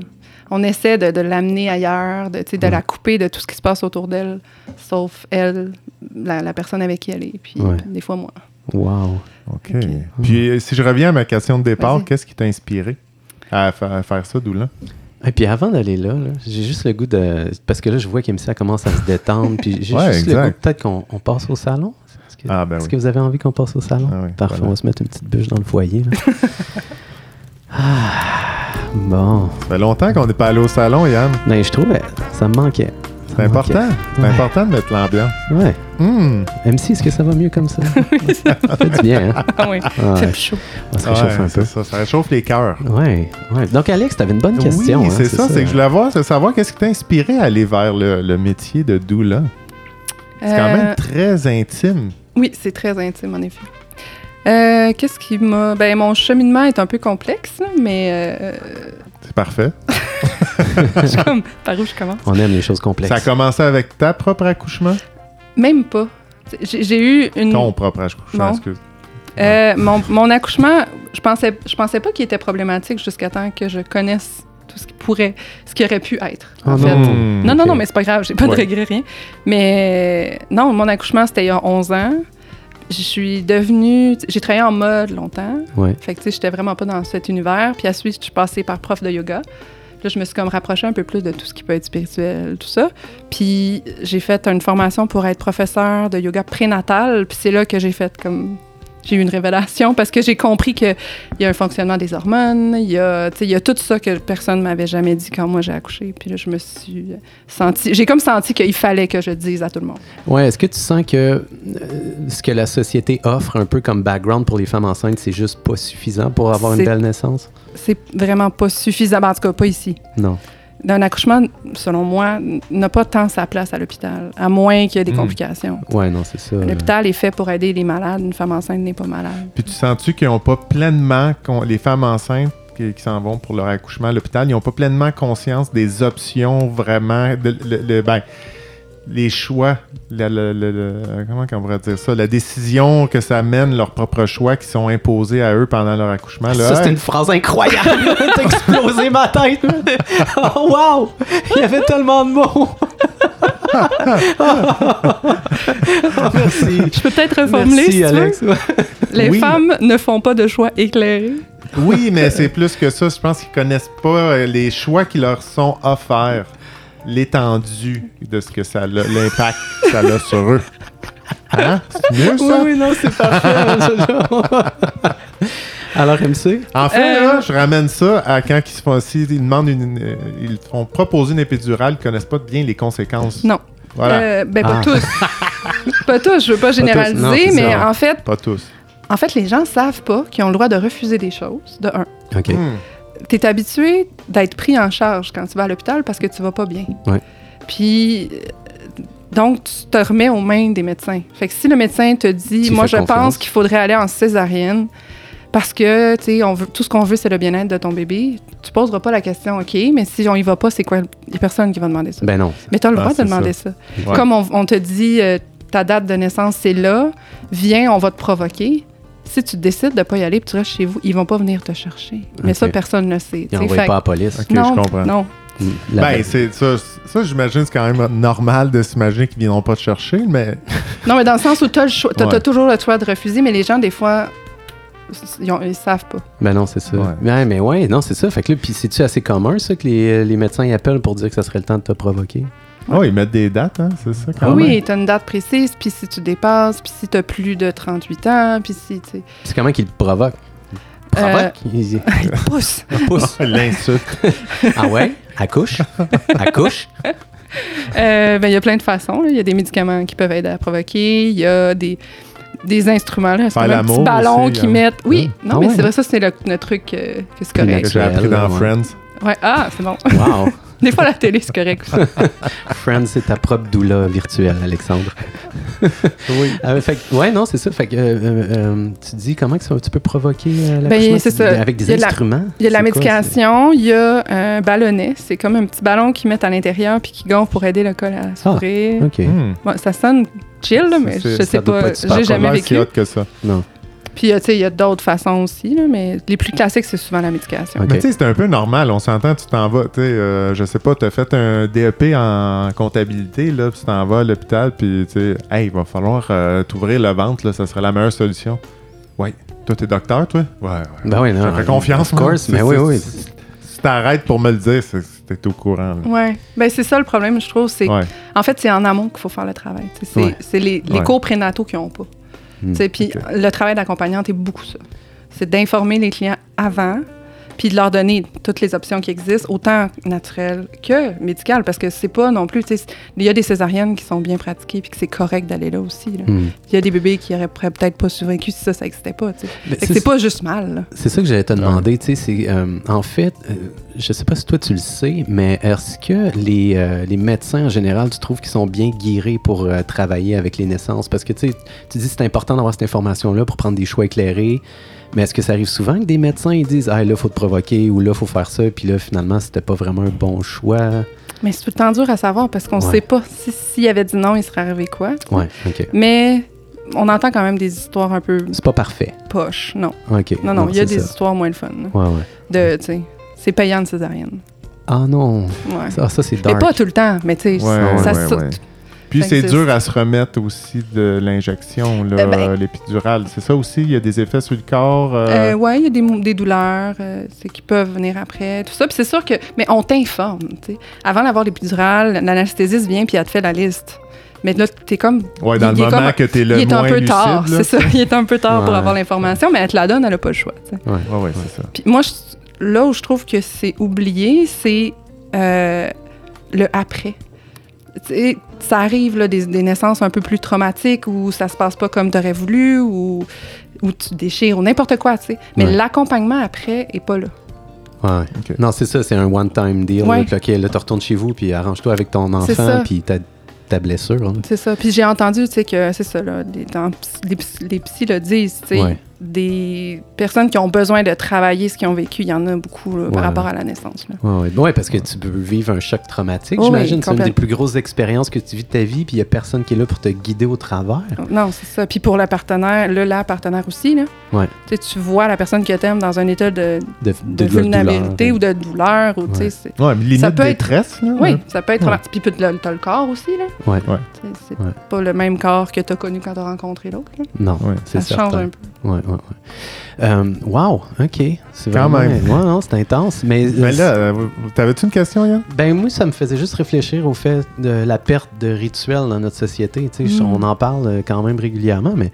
C: On essaie de, de l'amener ailleurs, de, tu sais, de la couper de tout ce qui se passe autour d'elle, sauf elle, la, la personne avec qui elle est, puis
B: Ouais.
C: des fois moi.
B: Wow.
A: OK.
C: Ok.
A: Puis euh, si je reviens à ma question de départ,
C: Vas-y.
A: qu'est-ce qui t'a inspiré à, fa- à faire ça, Doulan?
B: Et puis avant d'aller là, là, j'ai juste le goût de. Parce que là, je vois qu'Emissa commence à se détendre. Puis j'ai
A: Ouais,
B: juste le
A: exact.
B: goût, peut-être qu'on on passe au salon. Est-ce que,
A: Ah, ben
B: est-ce
A: oui.
B: que vous avez envie qu'on passe au salon?
A: Ah oui,
B: Parfait,
A: voilà.
B: on va se mettre une petite bûche dans le foyer. là. ah, bon.
A: Ça fait longtemps qu'on n'est pas allé au salon, Yann.
B: Ben, je trouvais, ça me manquait. Ça
A: C'est
B: me
A: important. C'est
B: Ouais.
A: important de mettre l'ambiance.
B: manquait. Ouais.
A: Hmm.
B: MC, est-ce que ça va mieux comme ça? ça fait du bien, hein?
C: Ah oui,
B: Ah ouais.
C: c'est chaud.
B: On se
A: Ouais,
B: réchauffe un
A: c'est
B: peu.
A: ça, ça réchauffe les cœurs.
B: Ouais, ouais. Donc, Alex, t'avais une bonne question.
A: oui,
B: hein,
A: c'est ça, c'est que je voulais voir, c'est savoir qu'est-ce qui t'a inspiré à aller vers le, le métier de doula. C'est quand
C: Euh,
A: même très intime.
C: Oui, c'est très intime, en effet. Euh, Qu'est-ce qui m'a... Ben, mon cheminement est un peu complexe, là, mais euh,
A: C'est parfait.
C: je suis comme, par où je commence?
B: On aime les choses complexes.
A: Ça a commencé avec ta propre accouchement?
C: Même pas. J'ai j'ai eu une...
A: Ton propre accouchement,
C: Mm. Non.
A: excuse.
C: Euh, mon, mon accouchement, je pensais, je pensais pas qu'il était problématique jusqu'à temps que je connaisse tout ce qui pourrait, ce qui aurait pu être. en
B: Oh
C: fait.
B: non.
A: Hmm.
C: Non, non,
B: Ok.
C: non, mais c'est pas grave, j'ai pas
A: Ouais.
C: de regrets, rien. Mais euh, non, mon accouchement, c'était il y a 11 ans. Je suis devenue. J'ai travaillé en mode longtemps.
B: Ouais.
C: Fait que, tu sais, j'étais vraiment pas dans cet univers. Puis à suite, je suis passée par prof de yoga. Là, je me suis comme rapprochée un peu plus de tout ce qui peut être spirituel, tout ça. Puis j'ai fait une formation pour être professeur de yoga prénatal. Puis c'est là que j'ai fait comme... J'ai eu une révélation parce que j'ai compris qu'il y a un fonctionnement des hormones, il y a, tu sais, il y a tout ça que personne ne m'avait jamais dit quand moi j'ai accouché. Puis là, je me suis sentie... J'ai comme senti qu'il fallait que je dise à tout le monde.
B: Ouais, est-ce que tu sens que euh, ce que la société offre un peu comme background pour les femmes enceintes, c'est juste pas suffisant pour avoir une
C: C'est-
B: belle naissance?
C: C'est vraiment pas suffisant, en tout cas pas ici.
B: Non.
C: d'un accouchement, selon moi, n'a pas tant sa place à l'hôpital, à moins qu'il y ait
B: Hmm.
C: des
A: Mm.
C: complications.
B: Ouais, non, c'est ça. là.
C: L'hôpital est fait pour aider les malades. Une femme enceinte n'est pas malade.
A: Puis tu sens-tu qu'ils n'ont pas pleinement, con- les femmes enceintes qui, qui s'en vont pour leur accouchement à l'hôpital, ils n'ont pas pleinement conscience des options vraiment, de- le, le- ben, les choix, la- la- la- la- comment on pourrait dire ça, la décision que ça mène, leurs propres choix qui sont imposés à eux pendant leur accouchement. là.
B: Ah, Ça, c'était
A: Hey,
B: une phrase incroyable. T'as explosé ma tête. Oh, wow! Il y avait tellement de mots. Oh, merci.
C: Je peux peut-être reformuler, si
B: Merci,
C: tu veux.
B: Alex.
C: Les
A: Oui.
C: femmes ne font pas de choix éclairés.
A: oui, mais c'est plus que ça. Je pense qu'ils connaissent pas euh, les choix qui leur sont offerts, l'étendue de ce que ça a, l'impact que ça a sur eux. Hein? C'est mieux ça?
B: Oui, oui, non, c'est parfait. Alors, MC?
A: En fait,
C: Euh,
A: là, je ramène ça à quand ils se font si ils demandent une, euh, ils font proposer une épidurale, ils connaissent pas bien les conséquences.
C: Non.
A: Voilà,
C: Euh, ben, pas
B: Ah.
C: tous. pas tous, je veux pas généraliser,
B: non, c'est
C: mais
B: ça.
C: en fait,
A: pas tous.
C: en fait, les gens savent pas qu'ils ont le droit de refuser des choses, de un.
B: OK.
A: Hmm.
C: T'es habitué d'être pris en charge quand tu vas à l'hôpital parce que tu vas pas bien.
B: Ouais.
C: Puis, euh, donc, tu te remets aux mains des médecins. Fait que si le médecin te dit,
B: Tu
C: moi,
B: fais
C: je
B: confiance.
C: pense qu'il faudrait aller en césarienne parce que, tu sais, on veut- tout ce qu'on veut, c'est le bien-être de ton bébé, tu poseras pas la question, OK, mais si on y va pas, c'est quoi? Il y a personne qui va demander ça.
B: Ben non.
C: mais t'as le
A: Ah,
C: droit de
A: c'est
C: demander ça.
A: Ouais.
C: Comme on, on te dit, euh, ta date de naissance, c'est là, viens, on va te provoquer. Si tu décides de pas y aller, puis tu restes chez vous, ils vont pas venir te chercher. Mais
B: Ok.
C: ça, personne ne le sait.
B: Il
C: tu sais,
B: envoie
C: fait
B: pas à la police. Mm,
A: Ok,
C: que- non,
A: je comprends.
C: non.
B: La-
A: Ben, c'est ça, ça j'imagine c'est quand même normal de s'imaginer qu'ils viendront pas te chercher, mais
C: Non, mais dans le sens où tu as,
A: Ouais.
C: toujours le choix de refuser, mais les gens, des fois, s- ils, ont- ils savent pas.
B: Ben non, c'est ça.
A: Ouais.
B: Ouais, mais ouais, non, c'est ça. Fait que là, puis c'est-tu assez commun, ça, que les, les médecins y appellent pour dire que ça serait le temps de te provoquer?
A: oh, ils mettent des dates, hein, c'est ça quand même.
C: oui, tu as une date précise, puis si tu dépasses, puis si tu as plus de 38 ans, puis si tu sais,
B: C'est comment qu'ils te provoquent?
C: Provoquent?
B: Ils y-
C: ils te poussent.
B: poussent.
A: L'insulte.
B: ah ouais? Accouche? Accouche?
C: Euh, ben, il y a plein de façons. là. Il y a des médicaments qui peuvent aider à provoquer. Il y a des, des instruments. Là, c'est
A: Faire
C: comme un petit
A: l'amour
C: ballon
A: aussi,
C: qu'ils
A: hein.
C: mettent. Oui, non,
B: Ah
C: mais
B: ouais.
C: c'est vrai, ça, c'est le, le truc euh, que c'est
A: que
C: correct.
A: j'ai appris dans
B: Ouais.
A: Friends.
C: Ouais. Ah, c'est bon.
B: Wow!
C: Des fois, la télé, c'est correct. aussi.
B: Friends, c'est ta propre doula virtuelle, Alexandre.
A: Oui.
B: Euh, fait que- ouais, non, c'est ça. Fait que, euh, euh, euh, tu dis comment que ça, tu peux provoquer euh, l'accouchement?
C: Ben, c'est
B: Tu-
C: ça.
B: Avec des
C: Il y a de la-
B: instruments?
C: Il y a de la
B: C'est quoi,
C: médication, il y a un ballonnet. C'est comme un petit ballon qu'ils mettent à l'intérieur puis qui gonfle pour aider le col à
B: c'est-
C: s'ouvrir.
B: OK.
A: Hmm.
C: Bon, ça sonne chill, là, mais
A: Ah. Ça, c'est-
C: je sais
B: ça doit
C: pas.
B: pas être super
C: J'ai jamais
A: Comment
C: vécu.
A: c'est hot que ça.
B: Non.
C: Puis, euh, tu sais, il y a d'autres façons aussi, là, mais les plus classiques, c'est souvent la médication.
B: OK.
A: Mais tu sais, c'est un peu normal. On s'entend, tu t'en vas. Tu sais, euh, je sais pas, t'as fait un DEP en comptabilité, là, puis tu t'en vas à l'hôpital, puis tu sais, hey, il va falloir euh, t'ouvrir le ventre, là, ça serait la meilleure solution. Ouais. Toi, t'es docteur, toi? Ouais, ouais.
B: Ben oui, non.
A: Ça fait confiance,
B: Of
A: moi.
B: course,
A: C'est-
B: mais oui,
A: c'est-
B: oui.
A: c'est- Si t'arrêtes pour me le dire, c'est- c'est- t'es au courant. là.
C: Ouais. Ben, c'est ça le problème, je trouve. C'est
A: Ouais.
C: En fait, c'est en amont qu'il faut faire le travail. tu sais. C'est
B: Ouais.
C: c'est les, les
A: Ouais.
C: cours prénataux qui n'ont pas.
B: Hmm.
C: Tu sais, Puis
A: Ok.
C: le travail d'accompagnante est beaucoup ça. C'est d'informer les clients avant, puis de leur donner toutes les options qui existent, autant naturelles que médicales, parce que c'est pas non plus. tu sais, Il y a des césariennes qui sont bien pratiquées, puis que c'est correct d'aller là aussi. là.
B: Hmm.
C: Il y a des bébés qui auraient pourraient peut-être pas survécu si ça, ça n'existait pas. tu sais.
B: Mais
C: Fait que C'est pas juste mal. là.
B: C'est ça que j'allais te demander, tu sais, c'est euh, en fait, euh, je sais pas si toi tu le sais, mais est-ce que les, euh, les médecins en général, tu trouves qu'ils sont bien guéris pour euh, travailler avec les naissances? Parce que tu sais, tu dis que c'est important d'avoir cette information-là pour prendre des choix éclairés, mais est-ce que ça arrive souvent que des médecins ils disent Ah là, faut te provoquer ou là, faut faire ça, puis là, finalement, c'était pas vraiment un bon choix?
C: Mais c'est tout le temps dur à savoir, parce qu'on
B: Ouais.
C: sait pas si- s'il avait dit non, il serait arrivé quoi.
B: Ouais, ok.
C: Mais on entend quand même des histoires un peu
B: C'est pas parfait.
C: poches, non.
B: Ok.
C: Non, non, il y a
B: c'est
C: des
B: ça.
C: histoires moins le fun. là.
B: Ouais, ouais.
C: De, tu sais, c'est payant de césarienne.
B: Ah non,
C: Ouais.
B: ça, ça, c'est
C: Mais
B: dark.
C: pas tout le temps, mais tu sais,
A: Ouais,
C: ça
A: ouais,
C: ça-
A: ouais. Puis
C: Ça
A: c'est
C: existe.
A: dur à se remettre aussi de l'injection, là,
C: Euh, ben-
A: l'épidurale. C'est ça aussi, il y a des effets sur le corps. euh,
C: Euh, ouais, il y a des, mou- des douleurs euh, c'est qui peuvent venir après, tout ça. Puis c'est sûr que. Mais on t'informe, tu sais. Avant d'avoir l'épidurale, l'anesthésiste vient puis elle te fait la liste. Mais là, t'es comme.
A: ouais, dans
C: il-
A: le
C: il est
A: moment
C: comme-
A: que t'es le
C: il est un
A: moins
C: peu
A: lucide,
C: tard,
A: là.
C: c'est ça. Il est un peu tard pour
B: Ouais.
C: avoir l'information, mais elle te la donne, elle n'a pas le choix, tu sais.
A: Ouais, ouais, c'est ça.
C: Puis moi, je- là où je trouve que c'est oublié, c'est euh, le après. Tu sais, ça arrive, là, des, des naissances un peu plus traumatiques où ça se passe pas comme tu aurais voulu ou, ou tu déchires ou n'importe quoi, tu sais. Mais
B: Ouais.
C: l'accompagnement après est pas là.
B: Ouais.
A: Ok.
B: Non, c'est ça, c'est un one-time deal.
C: Ouais.
B: là, puis, OK, là, tu retournes chez vous, puis arrange-toi avec ton
C: C'est
B: enfant,
C: ça.
B: puis ta, ta blessure. là.
C: C'est ça. Puis j'ai entendu, tu sais, que c'est ça, là, les, dans- les, psy- les psys le disent, tu sais,
B: Ouais.
C: des personnes qui ont besoin de travailler ce qu'ils ont vécu, il y en a beaucoup là,
B: Ouais.
C: par rapport à la naissance. là.
B: Ouais, ouais. Ouais, parce que tu peux vivre un choc traumatique,
C: Oh oui,
B: j'imagine. c'est une des
C: complètement.
B: plus grosses expériences que tu vis de ta vie, puis il n'y a personne qui est là pour te guider au travers.
C: Non, c'est ça. Puis pour la partenaire, le la partenaire aussi, là,
B: Ouais.
C: tu sais, tu vois la personne que t'aimes dans un état de,
B: De,
C: de, vulnérabilité ou de douleur. Ou, tu sais,
B: Ouais.
C: c'est-
A: Ouais, mais limite
C: Ça peut être-
A: détresse, là.
C: Oui, ça peut être
B: Ouais.
C: traumatisant. Puis peut- là, t'as le corps aussi, là.
B: Ouais.
A: Ouais.
C: Tu sais, C'est
B: Ouais.
C: pas le même corps que t'as connu quand t'as rencontré l'autre. là.
B: Non,
A: Ouais.
B: c'est
C: Ça change
B: certain.
C: un peu.
B: Ouais, ouais, ouais. Euh, wow, OK. C'est
A: Quand
B: vraiment...
A: même.
B: Ouais, non, c'est intense. Mais,
A: Mais là, euh, t'avais-tu une question, Yann?
B: Ben moi, ça me faisait juste réfléchir au fait de la perte de rituels dans notre société. Tu sais,
C: Mm.
B: On en parle euh, quand même régulièrement, mais tu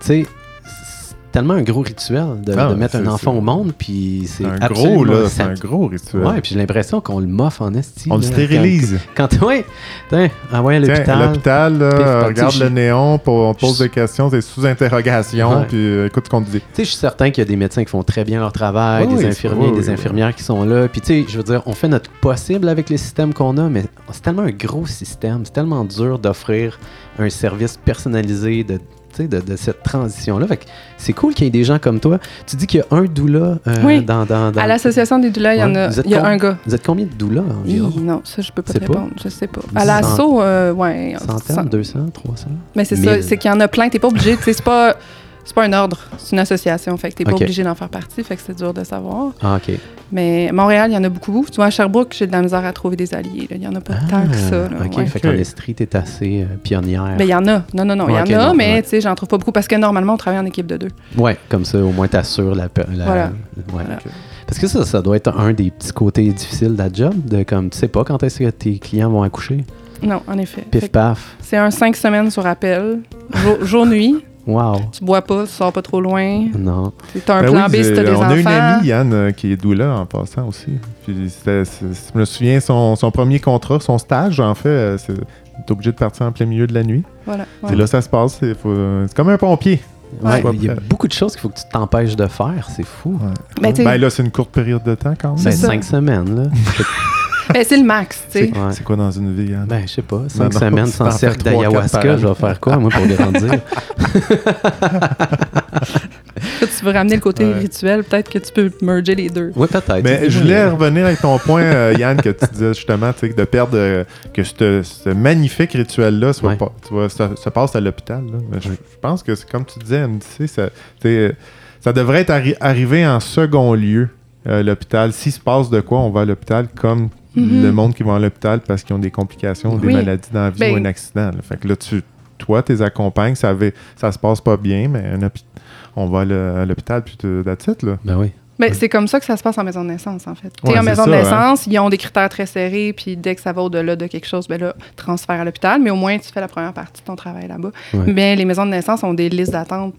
B: sais, c'est tellement un gros rituel de,
A: Ah,
B: de mettre un
A: c'est-
B: enfant
A: c'est-
B: au monde, puis c'est
A: C'est un
B: absolument
A: gros, là. C'est
B: ça-
A: un gros rituel.
B: Ouais, puis j'ai l'impression qu'on le moffe en estime.
A: On le
B: là,
A: stérilise.
B: Quand, quand ouais, tiens, envoyé à
A: Tiens, à
B: l'hôpital.
A: l'hôpital, là, euh,
B: Pif, parti,
A: regarde
B: je-
A: le néon, pour- on pose
B: je-
A: des questions, c'est sous interrogation,
B: Ouais.
A: puis euh, écoute ce qu'on te dit.
B: Tu sais, je suis certain qu'il y a des médecins qui font très bien leur travail,
A: Oui,
B: des
A: oui,
B: infirmiers,
A: oui,
B: des
A: oui.
B: infirmières qui sont là. Puis, tu sais, je veux dire, on fait notre possible avec les systèmes qu'on a, mais c'est tellement un gros système, c'est tellement dur d'offrir un service personnalisé de, tu sais, de, de cette transition-là. Fait que c'est cool qu'il y ait des gens comme toi. Tu dis qu'il y a un doula euh,
C: Oui.
B: dans, dans, dans-
C: À l'association des doulas, il y en
B: Ouais.
C: a,
B: Vous êtes
C: il y a
B: combien?
C: un gars.
B: Vous êtes combien de doulas
C: Hi,
B: environ?
C: non, ça, je peux pas
B: C'est
C: te
B: pas?
C: répondre. Je sais pas.
B: Une
C: À
B: centaine.
C: l'assaut, euh, ouais. cent-
B: Centaines, 200, 300?
C: Mais c'est
B: Mille.
C: ça, c'est qu'il y en a plein. T'es pas obligé. tu sais, c'est pas, c'est pas un ordre, c'est une association. Fait que t'es
B: Ok.
C: pas obligé d'en faire partie. Fait que c'est dur de savoir.
B: Ah, OK.
C: Mais Montréal, il y en a beaucoup. Tu vois, à Sherbrooke, j'ai de la misère à trouver des alliés. là. Il y en a pas tant que ça. là,
B: Ah, OK,
C: ouais.
B: fait qu'en Estrie, t'es assez euh, pionnière.
C: Ben, il y en a. Non, non, non. Il y
B: Ouais,
C: en
B: ok,
C: a,
B: non,
C: mais
B: ouais.
C: tu sais, j'en trouve pas beaucoup parce que normalement, on travaille en équipe de deux.
B: Ouais, comme ça, au moins, t'assures la. pe- la
C: Voilà.
B: ouais.
C: Voilà.
B: Parce que ça, ça doit être un des petits côtés difficiles de la job, de comme, tu sais pas quand est-ce que tes clients vont accoucher.
C: Non, en effet.
B: Pif
C: Fait que
B: paf.
C: C'est un cinq semaines sur appel, jour- jour-nuit.
B: Wow.
C: tu bois pas, tu sors pas trop loin.
B: Non.
C: T'as un
A: Ben
C: plan
A: oui,
C: B si
A: j'ai-
C: t'as des
A: on
C: enfants.
A: a une amie, Yann, euh, qui est doula en passant aussi. Puis c'était- c'est- c'est- je me souviens, son, son premier contrat, son stage, en fait, euh, c'est t'es obligé de partir en plein milieu de la nuit.
C: Voilà.
A: Et
C: ouais.
A: là, ça se passe. C'est faut- euh, c'est comme un pompier.
B: Ouais,
A: Ouais.
B: il y a beaucoup de choses qu'il faut que tu t'empêches de faire, c'est fou.
C: Ben, tu sais,
A: Ben là, c'est une courte période de temps quand
B: Ben,
A: même.
C: C'est ça.
B: cinq semaines, là.
C: ben, c'est le max, tu sais.
B: Ouais.
A: C'est quoi dans une vie, Yann?
B: Ben, je sais pas, cinq
A: non,
B: semaines
A: tu
B: sans
A: t'en fais
B: cercle
A: trois, quatre par
B: d'ayahuasca,
A: année.
B: je vais faire quoi, moi, pour grandir?
C: Toi, tu veux ramener le côté
A: Ouais.
C: rituel, peut-être que tu peux merger les deux.
B: ouais, peut-être.
A: Mais je voulais revenir avec ton point, euh, Yann, que tu disais justement, tu sais, de perdre euh, que ce, ce magnifique rituel-là soit
B: Ouais.
A: pas, tu vois, se, se passe à l'hôpital. là. Mais Je, je pense que c'est comme tu disais, Anne, tu sais, ça, tu sais, euh, ça devrait être arri- arrivé en second lieu, euh, l'hôpital. S'il se passe de quoi, on va à l'hôpital comme
C: Mhm.
A: le monde qui va à l'hôpital parce qu'ils ont des complications, ou des
C: Oui.
A: maladies dans la vie
C: Ben-
A: ou un accident. là. Fait que là, tu, toi, tes accompagnes, ça, avait- ça se passe pas bien, mais un hôpi- on va à l'h- à l'hôpital, puis tu- that's it, là.
B: Ben oui.
C: Ben, c'est comme ça que ça se passe en maison de naissance, en fait. Tu sais,
A: Ouais,
C: en
A: c'est
C: maison
A: ça,
C: de
A: hein.
C: naissance, ils ont des critères très serrés, puis dès que ça va au-delà de quelque chose, ben là, transfert à l'hôpital, mais au moins, tu fais la première partie de ton travail là-bas.
B: Ouais.
C: Mais les maisons de naissance ont des listes d'attente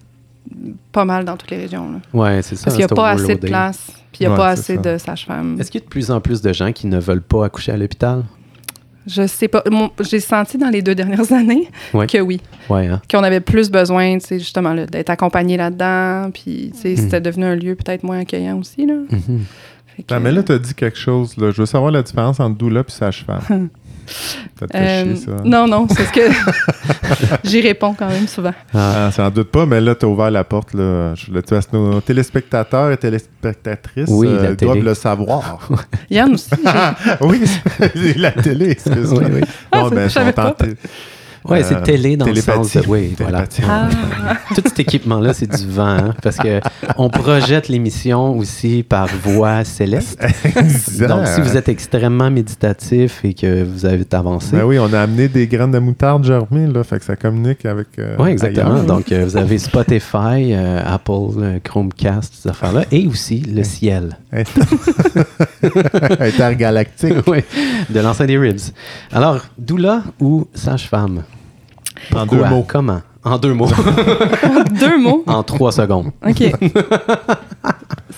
C: pas mal dans toutes les régions. là.
B: Ouais, c'est ça.
C: Parce qu'il n'y
B: c'est
C: a pas assez
B: overloadé.
C: de place, puis il n'y a
A: Ouais,
C: pas
A: c'est
C: assez
A: ça.
C: de sages-femmes.
B: Est-ce qu'il y a de plus en plus de gens qui ne veulent pas accoucher à l'hôpital?
C: Je sais pas. Mon- J'ai senti dans les deux dernières années
B: Ouais.
C: que oui,
B: Ouais, hein?
C: qu'on avait plus besoin, tu sais, justement, là, d'être accompagné là-dedans, puis tu sais,
A: Hmm.
C: c'était devenu un lieu peut-être moins accueillant aussi, là.
B: Mhm.
C: Fait que-
A: Ah, mais là, tu as dit quelque chose. Là. Je veux savoir la différence entre doula et sage-femme. T'as
C: Euh,
A: fait chier, ça.
C: Non, non, c'est ce que j'y réponds quand même souvent.
A: Ah, ça en doute pas, mais là, tu as ouvert la porte. Là. Je voulais- tu vois, nos téléspectateurs et téléspectatrices
B: Oui, la
A: euh,
B: télé.
A: doivent le savoir.
C: Yann aussi. j'ai-
A: oui, c'est la télé, c'est ça.
B: Oui, oui.
C: Ah,
A: Bon,
C: c'est-
A: ben,
C: je savais
A: sont en
C: pas.
A: té-
B: Ouais, c'est
A: euh,
B: télé dans le sens
A: télépathie.
B: de... Oui, voilà.
A: Télépathie.
C: Ah.
B: Tout cet équipement-là, c'est du vent, hein, parce que on projette l'émission aussi par voie céleste.
A: Exact.
B: Donc, si vous êtes extrêmement méditatif et que vous avez avancé,
A: Ben oui, on a amené des graines de moutarde germées, là, fait que ça communique avec. euh,
B: Oui, exactement.
A: ailleurs.
B: Donc, euh, vous avez Spotify, euh, Apple, euh, Chromecast, ces affaires-là, et aussi le ciel
A: Inter- Intergalactique.
B: Ouais, de l'enceinte des ribs. Alors, doula ou sage-femme?
A: En deux
B: Pourquoi?
A: mots.
B: Comment? En deux mots.
C: Deux mots.
B: en trois secondes.
C: OK.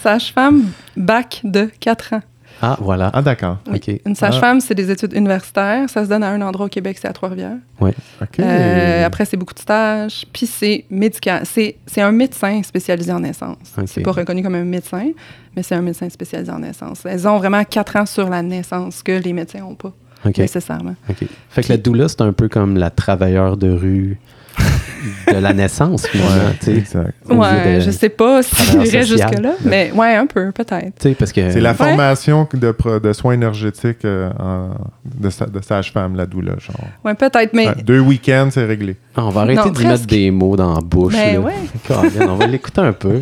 C: Sage-femme, bac de 4 ans.
B: Ah, voilà.
A: Ah, d'accord.
C: Oui.
B: OK.
C: Une sage-femme, c'est des études universitaires. Ça se donne à un endroit au Québec, c'est à Trois-Rivières.
A: OK.
C: Euh, après, c'est beaucoup de stages. Puis c'est médical. C'est c'est un médecin spécialisé en naissance.
B: Ok.
C: C'est pas reconnu comme un médecin, mais c'est un médecin spécialisé en naissance. Elles ont vraiment quatre ans sur la naissance que les médecins n'ont pas
B: OK.
C: nécessairement.
B: OK. Fait que la doula, c'est un peu comme la travailleur de rue de la naissance, finalement. tu sais.
A: Exact.
B: Aux yeux
C: Ouais,
B: de-
C: je sais pas si
B: travailleur
C: j'irais
B: social.
C: jusque-là, mais ouais, un peu, peut-être.
B: Tu sais, parce que.
A: C'est la formation de, pro- de soins énergétiques euh, en- de, sa- de sage-femme, la doula, genre.
C: Ouais, peut-être, mais.
A: Ouais, deux week-ends, c'est réglé.
B: Ah, on va arrêter
C: Non,
B: d'y mettre
C: presque.
B: des mots dans la bouche.
C: Ben
B: là.
C: ouais.
B: Colin, on va l'écouter un peu.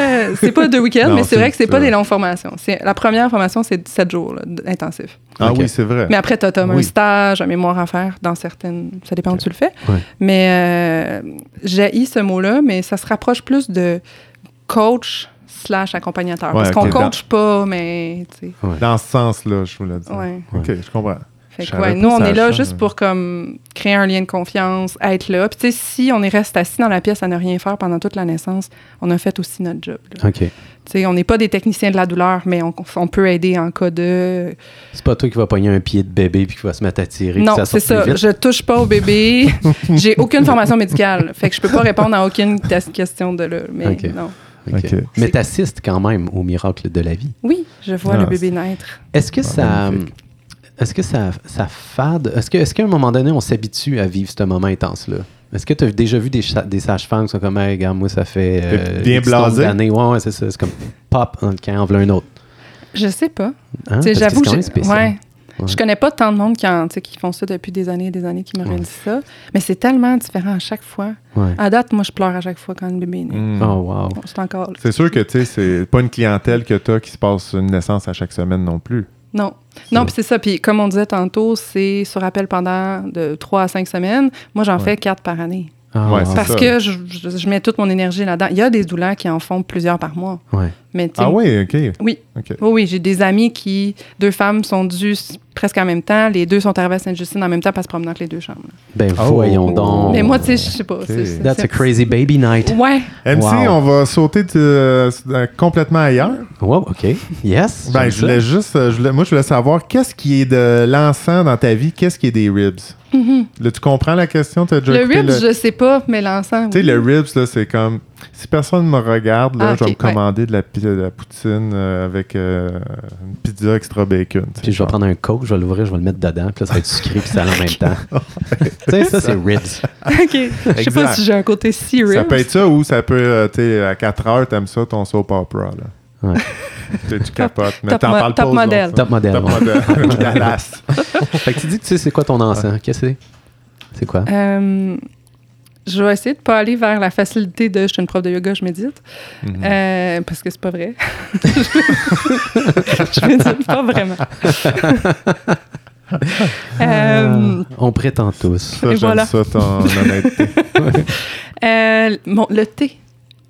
C: Euh, c'est pas deux week-ends,
A: Non,
C: mais c'est
A: c'est-
C: vrai que c'est pas
A: c'est-
C: des longues formations. C'est- La première formation, c'est sept jours là, d- intensif.
A: Ah
B: Ok.
A: oui, c'est vrai.
C: Mais après, tu as, un
A: Oui.
C: stage, un mémoire à faire dans certaines. Ça dépend où tu le fais.
B: Ouais.
C: Mais euh, j'ai ce mot-là, mais ça se rapproche plus de coach slash accompagnateur.
A: Ouais,
C: parce
A: ok. ben
C: qu'on coach pas, mais. tu sais,
A: Dans ce sens-là, je vous l'ai dit.
C: Ouais.
A: OK, je comprends.
C: Fait
A: Je
C: que,
A: savais
C: ouais,
A: pas
C: nous,
A: que
C: on
A: ça
C: est là
A: change.
C: juste pour comme créer un lien de confiance, être là. Puis, tu sais, si on est reste assis dans la pièce à ne rien faire pendant toute la naissance, on a fait aussi notre job. là.
B: OK.
C: Tu sais, on n'est pas des techniciens de la douleur, mais on, on peut aider en cas de.
B: C'est pas toi qui vas pogner un pied de bébé puis qui va se mettre à tirer. puis
C: Non,
B: ça
C: c'est
B: sort
C: ça.
B: plus vite.
C: Je touche pas au bébé. J'ai aucune formation médicale. Fait que je peux pas répondre à aucune ta- question de là. Mais
B: Ok.
C: non.
B: OK.
A: Ok.
B: Mais t'assistes quand même au miracle de la vie.
C: Oui, je vois
A: Ah,
C: le bébé naître.
B: Est-ce que
A: Ah,
B: ça.
A: magnifique.
B: Est-ce que ça, ça fade? Est-ce que- est-ce qu'à est un moment donné, on s'habitue à vivre ce moment intense-là? Est-ce que tu as déjà vu des, cha- des sages-femmes qui sont comme, hey, regarde, moi, ça fait. euh,
A: T'es bien
B: X nombre
A: blasé.
B: d'années. Ouais, ouais, c'est ça. C'est comme pop, on le camp, on veut un autre.
C: Je sais
B: Hein?
C: pas. Tu sais,
B: Parce que
C: j'avoue,
B: c'est quand
C: je,
B: même spécial.
C: ouais. je connais pas tant de monde qui, en- tu sais, qui font ça depuis des années et des années qui me
B: Ouais.
C: dit ça. Mais c'est tellement différent à chaque fois.
B: Ouais.
C: À date, moi, je pleure à chaque fois quand le bébé est né.
A: Hmm.
B: Oh, wow.
C: Bon, c'est encore.
A: C'est sûr que, tu sais, c'est pas une clientèle que t'as qui se passe une naissance à chaque semaine non plus.
C: Non. Non, puis c'est ça. Puis comme on disait tantôt, c'est sur appel pendant de 3 à 5 semaines. Moi, j'en fais 4 par année.
B: Ah,
A: Ouais,
B: wow.
A: c'est
C: Parce
A: ça.
C: que je, je- je mets toute mon énergie là-dedans. Il y a des douleurs qui en font plusieurs par mois.
B: Ouais.
C: Mais tu sais,
A: Ah oui, OK.
C: Oui.
A: OK.
C: Oui, oui, j'ai des amis qui, deux femmes, sont dues s- presque en même temps. Les deux sont arrivées à Sainte-Justine en même temps, pas se promener entre les deux chambres.
B: Ben,
A: Oh.
B: voyons donc.
C: Mais moi, tu sais, je sais pas. c'est- c'est-
B: That's a
C: c'est-
B: crazy baby night.
C: Ouais.
A: MC,
B: Wow.
A: on va sauter de- euh, complètement ailleurs.
B: Wow, OK. Yes.
A: Ben,
B: j'aime
A: je
B: ça.
A: voulais juste, euh, je voulais- moi, je voulais savoir qu'est-ce qui est de l'encens dans ta vie, qu'est-ce qui est des ribs. Là, tu comprends la question? T'as déjà
C: Mm-hmm. Le
A: écouté
C: ribs, je sais pas, mais l'ensemble.
A: Tu sais, le ribs, là, c'est comme si personne me regarde, là,
C: Mm-hmm. Ah,
A: je vais
C: ok,
A: me commander de, la, pi- de la poutine euh, avec euh, une pizza extra bacon. tu sais,
B: Puis je vais
A: genre.
B: prendre un coke, je vais l'ouvrir, je vais le mettre dedans, puis là, ça va être sucré, puis ça en même temps. tu sais, ça, c'est ribs.
C: OK. Je sais pas
A: Exact.
C: si j'ai un côté si ribs.
A: Ça peut être ça ou ça peut, euh, tu sais, à 4 heures, t'aimes ça ton soap opera. Là.
B: Ouais.
A: Tu sais, tu capotes, mais
C: top
A: t'en
C: mo-
A: parles
C: top
A: pas. aux
C: modèle.
A: autres,
B: Top
A: ça.
B: modèle.
A: Top
B: ouais.
A: modèle. Dallas.
B: Fait que tu dis que tu sais c'est quoi ton ancien. Qu'est-ce que c'est? C'est quoi?
C: Euh, je vais essayer de pas aller vers la facilité de je suis une prof de yoga, je médite.
B: Mhm.
C: Euh, parce que c'est pas vrai. je médite pas vraiment. Euh,
B: Ah, on prétend tous.
A: Ça,
C: Et
A: j'aime
C: voilà.
A: ça, ton honnêteté.
C: Euh, mon- le thé.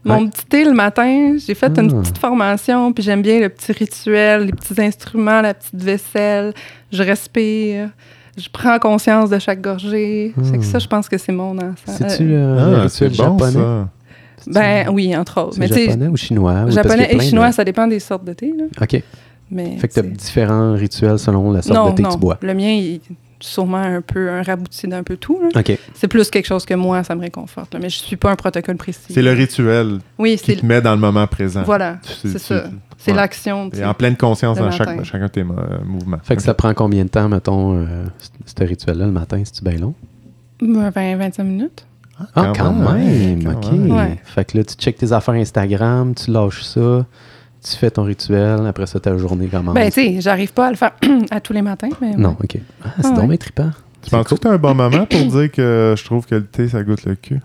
C: Mon
B: Ouais.
C: petit thé le matin, j'ai fait
B: Ah.
C: une petite formation, puis j'aime bien le petit rituel, les petits instruments, la petite vaisselle. Je respire, je prends conscience de chaque gorgée. Fait que ça, je pense que c'est mon ensemble.
B: Hmm. C'est-tu
C: Euh,
B: euh, le
A: Ah,
B: rituel
A: c'est bon,
B: japonais?
A: ça.
B: C'est-tu-
C: ben oui, entre autres. Mais
B: c'est
C: tu sais,
B: japonais ou chinois? Ah Oui, parce qu'il y a
C: japonais et
B: plein de-
C: chinois, ça dépend des sortes de thé. Là.
B: OK.
C: Mais,
B: Fait que t'as
C: tu sais.
B: différents rituels selon la sorte
C: non,
B: de thé
C: non.
B: que tu bois.
C: Le mien, il est sûrement un peu un rabouti d'un peu tout. là.
B: OK.
C: C'est plus quelque chose que moi, ça me réconforte. là. Mais je suis pas un protocole précis.
A: C'est le rituel
C: Oui,
A: qui
C: c'est
A: te met dans le moment présent.
C: Voilà,
A: Tu- tu-
C: c'est ça.
A: tu-
C: C'est
A: ouais.
C: l'action. tu
A: Et
C: sais.
A: en pleine conscience
C: Le
A: dans chaque,
C: matin.
A: chacun de tes euh, mouvements.
B: Fait que ça prend combien de temps, mettons, euh, c- ce rituel-là le matin? C'est-tu bien long?
C: Ben, 20, 25 minutes.
B: Ah, quand, même!
A: quand
B: OK.
A: même.
C: Ouais.
B: Fait que là, tu checkes tes affaires Instagram, tu lâches ça, tu fais ton rituel, après ça, ta journée commence.
C: Ben, tu sais, j'arrive pas à le faire à tous les matins, mais.
B: Ah, non, OK. Ah, c'est
C: Ouais.
B: donc bien trippant.
A: Tu penses que c'est un bon moment pour dire que je trouve que le thé, ça goûte le cul?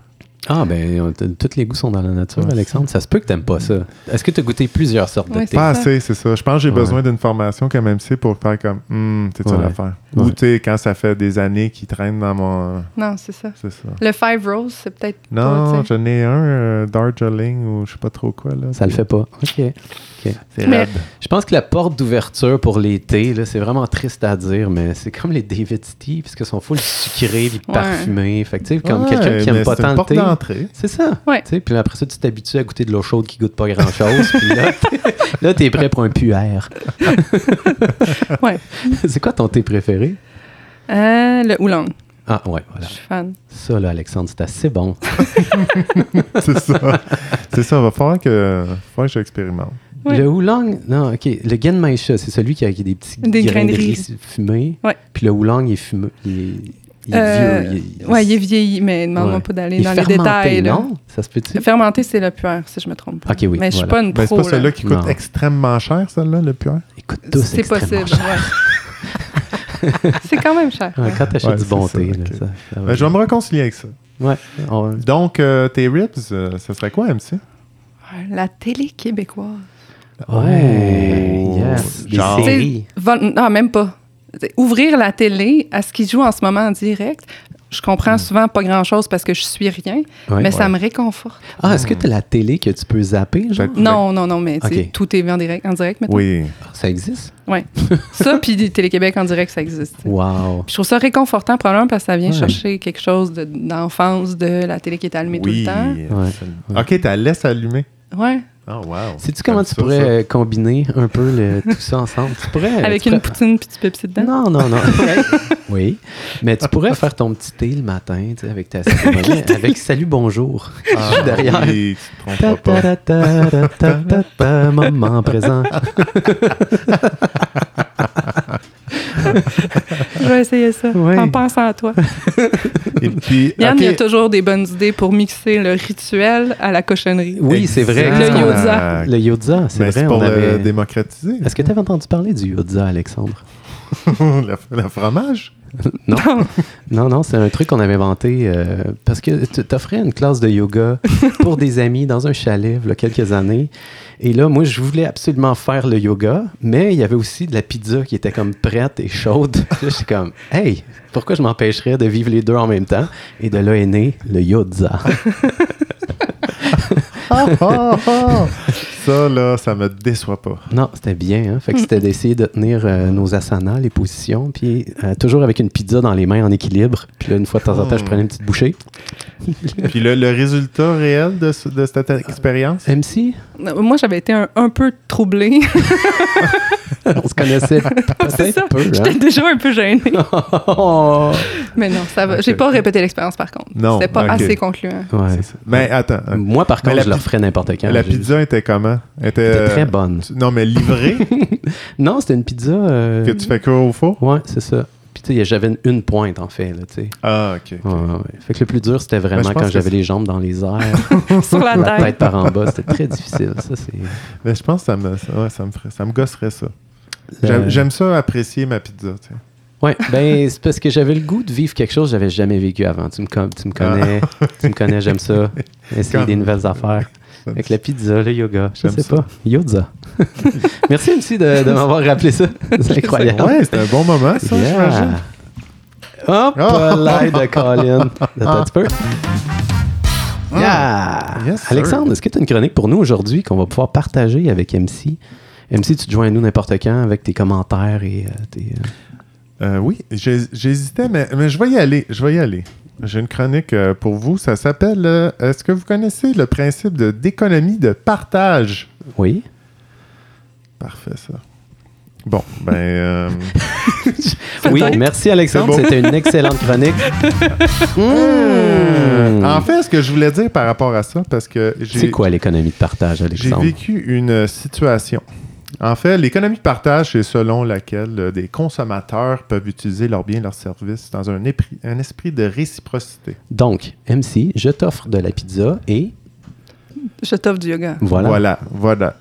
B: Ah, ben, on- t- tous les goûts sont dans la nature,
A: Ouais.
B: Alexandre. Ça se peut que t'aimes pas ça. Est-ce que tu as goûté plusieurs sortes de
C: Ouais,
B: thé?
A: Pas
C: ça.
A: assez, Ah, c'est ça. Je pense que j'ai
B: Ouais.
A: besoin d'une formation comme MC pour faire comme Hum, c'est ça
B: Ouais.
A: l'affaire.
B: Ouais.
A: Ou tu sais, quand ça fait des années qu'il traîne dans mon.
C: Non, c'est ça.
A: C'est ça.
C: Le Five Rose, c'est peut-être.
A: Non,
C: pas, tu sais.
A: j'en ai un, euh, Darjeeling ou je sais pas trop quoi. Là.
B: Ça le fait pas. OK. OK.
A: C'est
C: Mais-
A: raide.
B: Je pense que la porte d'ouverture pour les thés, là, c'est vraiment triste à dire, mais c'est comme les David Tea, parce qu'ils sont full sucrés puis
C: Ouais.
B: parfumés. Fait que, tu sais, comme
A: Ouais,
B: quelqu'un qui aime
A: mais
B: pas
A: c'est une
B: tant le
A: porte
B: thé,
A: d'entrée.
B: C'est ça.
C: Ouais.
B: Tu sais, Puis après ça, tu t'habitues à goûter de l'eau chaude qui goûte pas grand-chose. puis là, t'es- là, t'es prêt pour un puer.
C: Ouais.
B: C'est quoi ton thé préféré?
C: Euh, le houlang.
B: Ah, ouais, voilà.
C: Je suis fan.
B: Ça, là, Alexandre, c'est assez bon.
A: C'est ça. C'est ça. Va falloir que, va falloir que j'expérimente.
C: Ouais.
B: Le houlang, non, OK. Le genmaisha, c'est celui qui a qui a des petits
C: Des
B: grains
C: grains
B: de
C: de
B: riz
C: riz.
B: fumés.
C: Ouais.
B: Puis le houlang, il est fumeux. Il est, il est
C: Euh,
B: vieux.
C: ouais, il est vieilli, mais demande-moi
B: Ouais.
C: pas d'aller
B: il est
C: dans
B: fermenté,
C: les détails. là.
B: Non, ça se peut-tu?
C: Fermenté, c'est le puer, si je me trompe pas.
B: Ok, oui,
C: Mais je suis
B: voilà.
C: pas une
A: Ben, c'est
C: pro.
A: pas celle-là
C: là.
A: qui coûte
B: Non.
A: extrêmement cher, celle-là, le Ben, puer.
B: Il coûte tous
C: C'est possible.
B: extrêmement cher.
C: ouais. c'est quand même cher.
B: Ouais, quand t'achètes
A: Ouais,
B: du
A: c'est
B: bon
A: ça,
B: thé,
A: ok.
B: là, ça, ça va
A: Ben, je vais
B: bien.
A: me réconcilier avec ça.
B: Ouais, on-
A: Donc, euh, tes ribs, euh, ça serait quoi, MC?
C: Ouais, La télé québécoise.
B: Ouais,
A: Oh,
B: yes. Des
A: genre.
B: séries.
C: T'sais, vol- Non, même pas. T'sais, Ouvrir la télé à ce qui joue en ce moment en direct, je comprends souvent pas grand-chose parce que je suis rien,
B: Mm. Ouais.
C: mais ça me réconforte.
B: Ah, est-ce que t'as la télé que tu peux zapper, genre?
A: Peut-être.
C: Non, non, non, mais t'sais,
B: Ok.
C: tout est en direct, en direct maintenant.
A: Oui.
B: Ah, Ça existe?
C: Ouais. ça, puis des Télé-Québec en direct, ça existe.
B: Wow.
C: Je trouve ça réconfortant, probablement, parce que ça vient
B: Ouais.
C: chercher quelque chose de- d'enfance, de, la télé qui est allumée
A: oui.
C: tout le
B: Ouais.
A: Ok, tu la laisses allumer.
C: temps. Ouais.
A: Oh, wow.
B: Sais-tu comment
A: J'aime
B: tu
A: ça,
B: pourrais
A: ça.
B: euh, combiner un peu le- tout ça ensemble? Tu pourrais.
C: Avec
B: tu
C: une
B: pourrais-
C: poutine puis du Pepsi dedans.
B: Non, non, non. oui. Mais tu pourrais faire ton petit thé le matin, tu sais, avec ta cérémonie, avec salut, bonjour.
A: Ah,
B: Je suis derrière.
A: oui, tu te
B: Ta,
A: tromperas pas.
B: ta, ta, ta, ta, ta, ta, Moment présent.
C: Je vais essayer ça.
B: Ouais.
C: En pensant à toi.
A: Et puis,
C: Yann,
A: ok.
C: il y a toujours des bonnes idées pour mixer le rituel à la cochonnerie.
B: Oui, c'est vrai.
A: Exact.
C: Le Yoda.
A: Ah,
B: Le Yodza, c'est
A: Mais
B: vrai.
A: c'est
B: on
A: pour euh,
B: avait-
A: le démocratiser.
B: Est-ce que tu avais entendu parler du Yodza, Alexandre?
A: le, le fromage?
B: Non. non, non, c'est un truc qu'on avait inventé euh, parce que tu t'offrais une classe de yoga pour des amis dans un chalet il y a quelques années. Et là, moi, je voulais absolument faire le yoga, mais il y avait aussi de la pizza qui était comme prête et chaude. Là, j'étais comme, hey, pourquoi je m'empêcherais de vivre les deux en même temps? Et de là est né le Yodza.
A: Ah, ah, ah. Ça, là, ça me déçoit pas.
B: Non, c'était bien. Hein? Fait que c'était d'essayer de tenir euh, nos asanas, les positions, puis euh, toujours avec une pizza dans les mains en équilibre. Puis là, une fois de temps en temps,
C: Hmm.
B: je prenais une petite bouchée.
A: Puis le, le résultat réel de, ce- de cette expérience?
B: MC,
C: Non, Moi, j'avais été un, un peu troublée.
B: on se connaissait
C: C'est ça.
B: peut-être peu.
C: J'étais
B: Hein?
C: déjà un peu gênée.
B: Oh!
C: Mais non, ça va.
A: Ok.
C: J'ai pas répété l'expérience, par contre.
A: Non,
C: C'était pas
A: ok.
C: assez concluant.
B: Ouais.
A: C'est ça. Mais attends, hein.
B: Moi, par
A: Mais
B: contre,
A: la
B: je le
A: pi-
B: referais n'importe quand.
A: la
B: Je-
A: pizza était comment? Elle était,
B: était
A: euh,
B: très bonne.
A: tu- Non, mais livrée
B: Non, c'était une pizza. euh,
A: que tu fais cuire au four?
B: Ouais, c'est ça. Puis tu sais, j'avais une- une pointe, en fait. Là, tu sais.
A: Ah, ok.
B: Ouais, ouais, ouais. Fait que le plus dur, c'était vraiment
A: Ben, pense
B: quand
A: que
B: j'avais
A: c'est-
B: les jambes dans les airs,
C: Sur la
B: la tête
C: tête.
B: par en bas. C'était très difficile. Ça, c'est.
A: Mais je pense que ça me, ça, ouais, ça me, ferait- ça me gosserait ça. J'aime-
B: le-
A: J'aime ça apprécier ma pizza. tu sais.
B: Ouais, ben c'est parce que j'avais le goût de vivre quelque chose que j'avais jamais vécu avant. Tu me, con- tu me connais, tu me connais, j'aime ça. Essayer
A: Ah. Comme-
B: des nouvelles affaires.
A: Ça me-
B: Avec la pizza, le yoga, je
A: J'aime
B: sais
A: ça.
B: pas. Yoda. Merci MC de, de m'avoir rappelé ça. C'est incroyable.
A: Ouais, c'était un bon moment, ça,
B: Yeah.
A: j'imagine.
B: Hop
A: Oh.
B: l'aide de Colin. Attends un petit peu. Yeah.
A: Ah. Yes, sir.
B: Alexandre, est-ce que tu as une chronique pour nous aujourd'hui qu'on va pouvoir partager avec MC? MC, tu te joins à nous n'importe quand avec tes commentaires et euh, tes... euh,
A: Euh, oui, j'hés- j'hésitais, mais, mais je vais y aller. Je vais y aller. J'ai une chronique euh, pour vous. Ça s'appelle euh, Est-ce que vous connaissez le principe de- d'économie de partage
B: Oui.
A: Parfait, ça. Bon, ben. euh,
B: Oui,
C: Peut-être.
B: merci Alexandre,
A: C'est beau.
B: c'était une excellente chronique. Mmh.
A: En fait, ce que je voulais dire par rapport à ça, parce que
B: C'est
A: Ah, j'ai
B: quoi l'économie de partage,
A: j'ai
B: Alexandre?
A: vécu une euh, situation. En fait, l'économie de partage, c'est selon laquelle euh, des consommateurs peuvent utiliser leurs biens et leurs services dans un, épri- un esprit de réciprocité.
B: Donc, MC, je t'offre de la pizza et
C: Je t'offre du yoga.
B: voilà.
A: Voilà, voilà.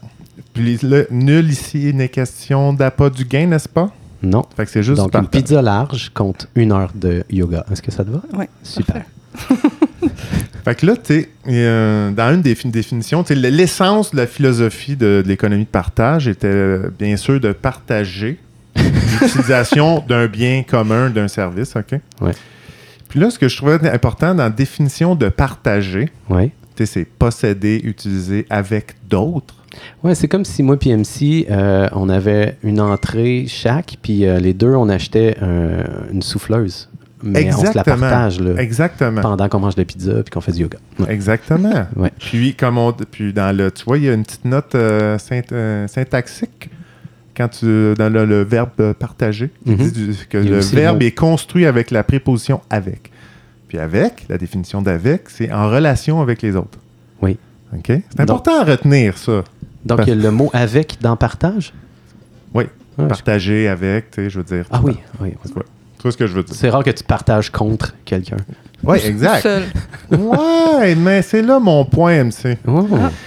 A: Puis le nul ici n'est question d'appât du gain, n'est-ce pas?
B: Non.
A: Fait que c'est juste
B: Donc,
A: du
B: une
A: partage.
B: pizza large compte une heure de yoga. Est-ce que ça te va?
C: Ouais.
B: Super.
A: Fait que là, tu sais, euh, dans une des fi- définitions, tu sais, le- l'essence de la philosophie de, de l'économie de partage était euh, bien sûr de partager l'utilisation d'un bien commun, d'un service, OK?
B: Ouais.
A: Puis là, ce que je trouvais important dans la définition de partager,
B: Oui.
A: tu sais, c'est posséder, utiliser avec d'autres.
B: Ouais, c'est comme si moi et MC, euh, on avait une entrée chaque, puis euh, les deux, on achetait euh, une souffleuse mais on se la
A: Exactement.
B: partage là,
A: Exactement.
B: pendant qu'on mange de la pizza puis qu'on fait du yoga. Ah, Ouais.
A: Exactement.
B: Ouais.
A: Puis, comme on, puis dans le, tu vois, il y a une petite note euh, synt- euh, syntaxique quand tu, dans le, le verbe euh, partager. qui
B: Mhm.
A: dit du- que
B: Il y a
A: le
B: aussi le
A: verbe
B: mot.
A: est construit avec la préposition avec. Puis avec, la définition d'avec, c'est en relation avec les autres.
B: Oui.
A: OK? C'est
B: Donc-
A: important à retenir ça.
B: Donc il y a le mot avec dans partage.
A: Oui.
B: Ah, je-
A: Partager avec, tu sais, je veux dire.
B: Ah oui, oui. oui.
A: Tu vois ce que je veux dire?
B: C'est rare que tu partages contre quelqu'un.
A: Oui,
B: euh,
A: exact.
C: Seul.
A: ouais, mais c'est là mon point, MC.
B: Oh.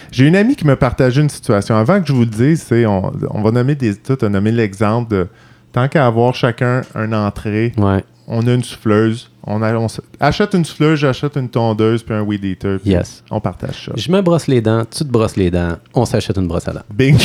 A: J'ai une amie qui me partageait une situation. Avant que je vous le dise, c'est on, on va nommer des tout, on a nommé l'exemple de tant qu'à avoir chacun un entrée,
B: Ouais,
A: on a une souffleuse, on, a- on s- achète une souffleuse, j'achète une tondeuse puis un weed eater, puis
B: yes.
A: on partage ça.
B: Je me brosse les dents, tu te brosses les dents, on s'achète une brosse à dents.
A: Bing.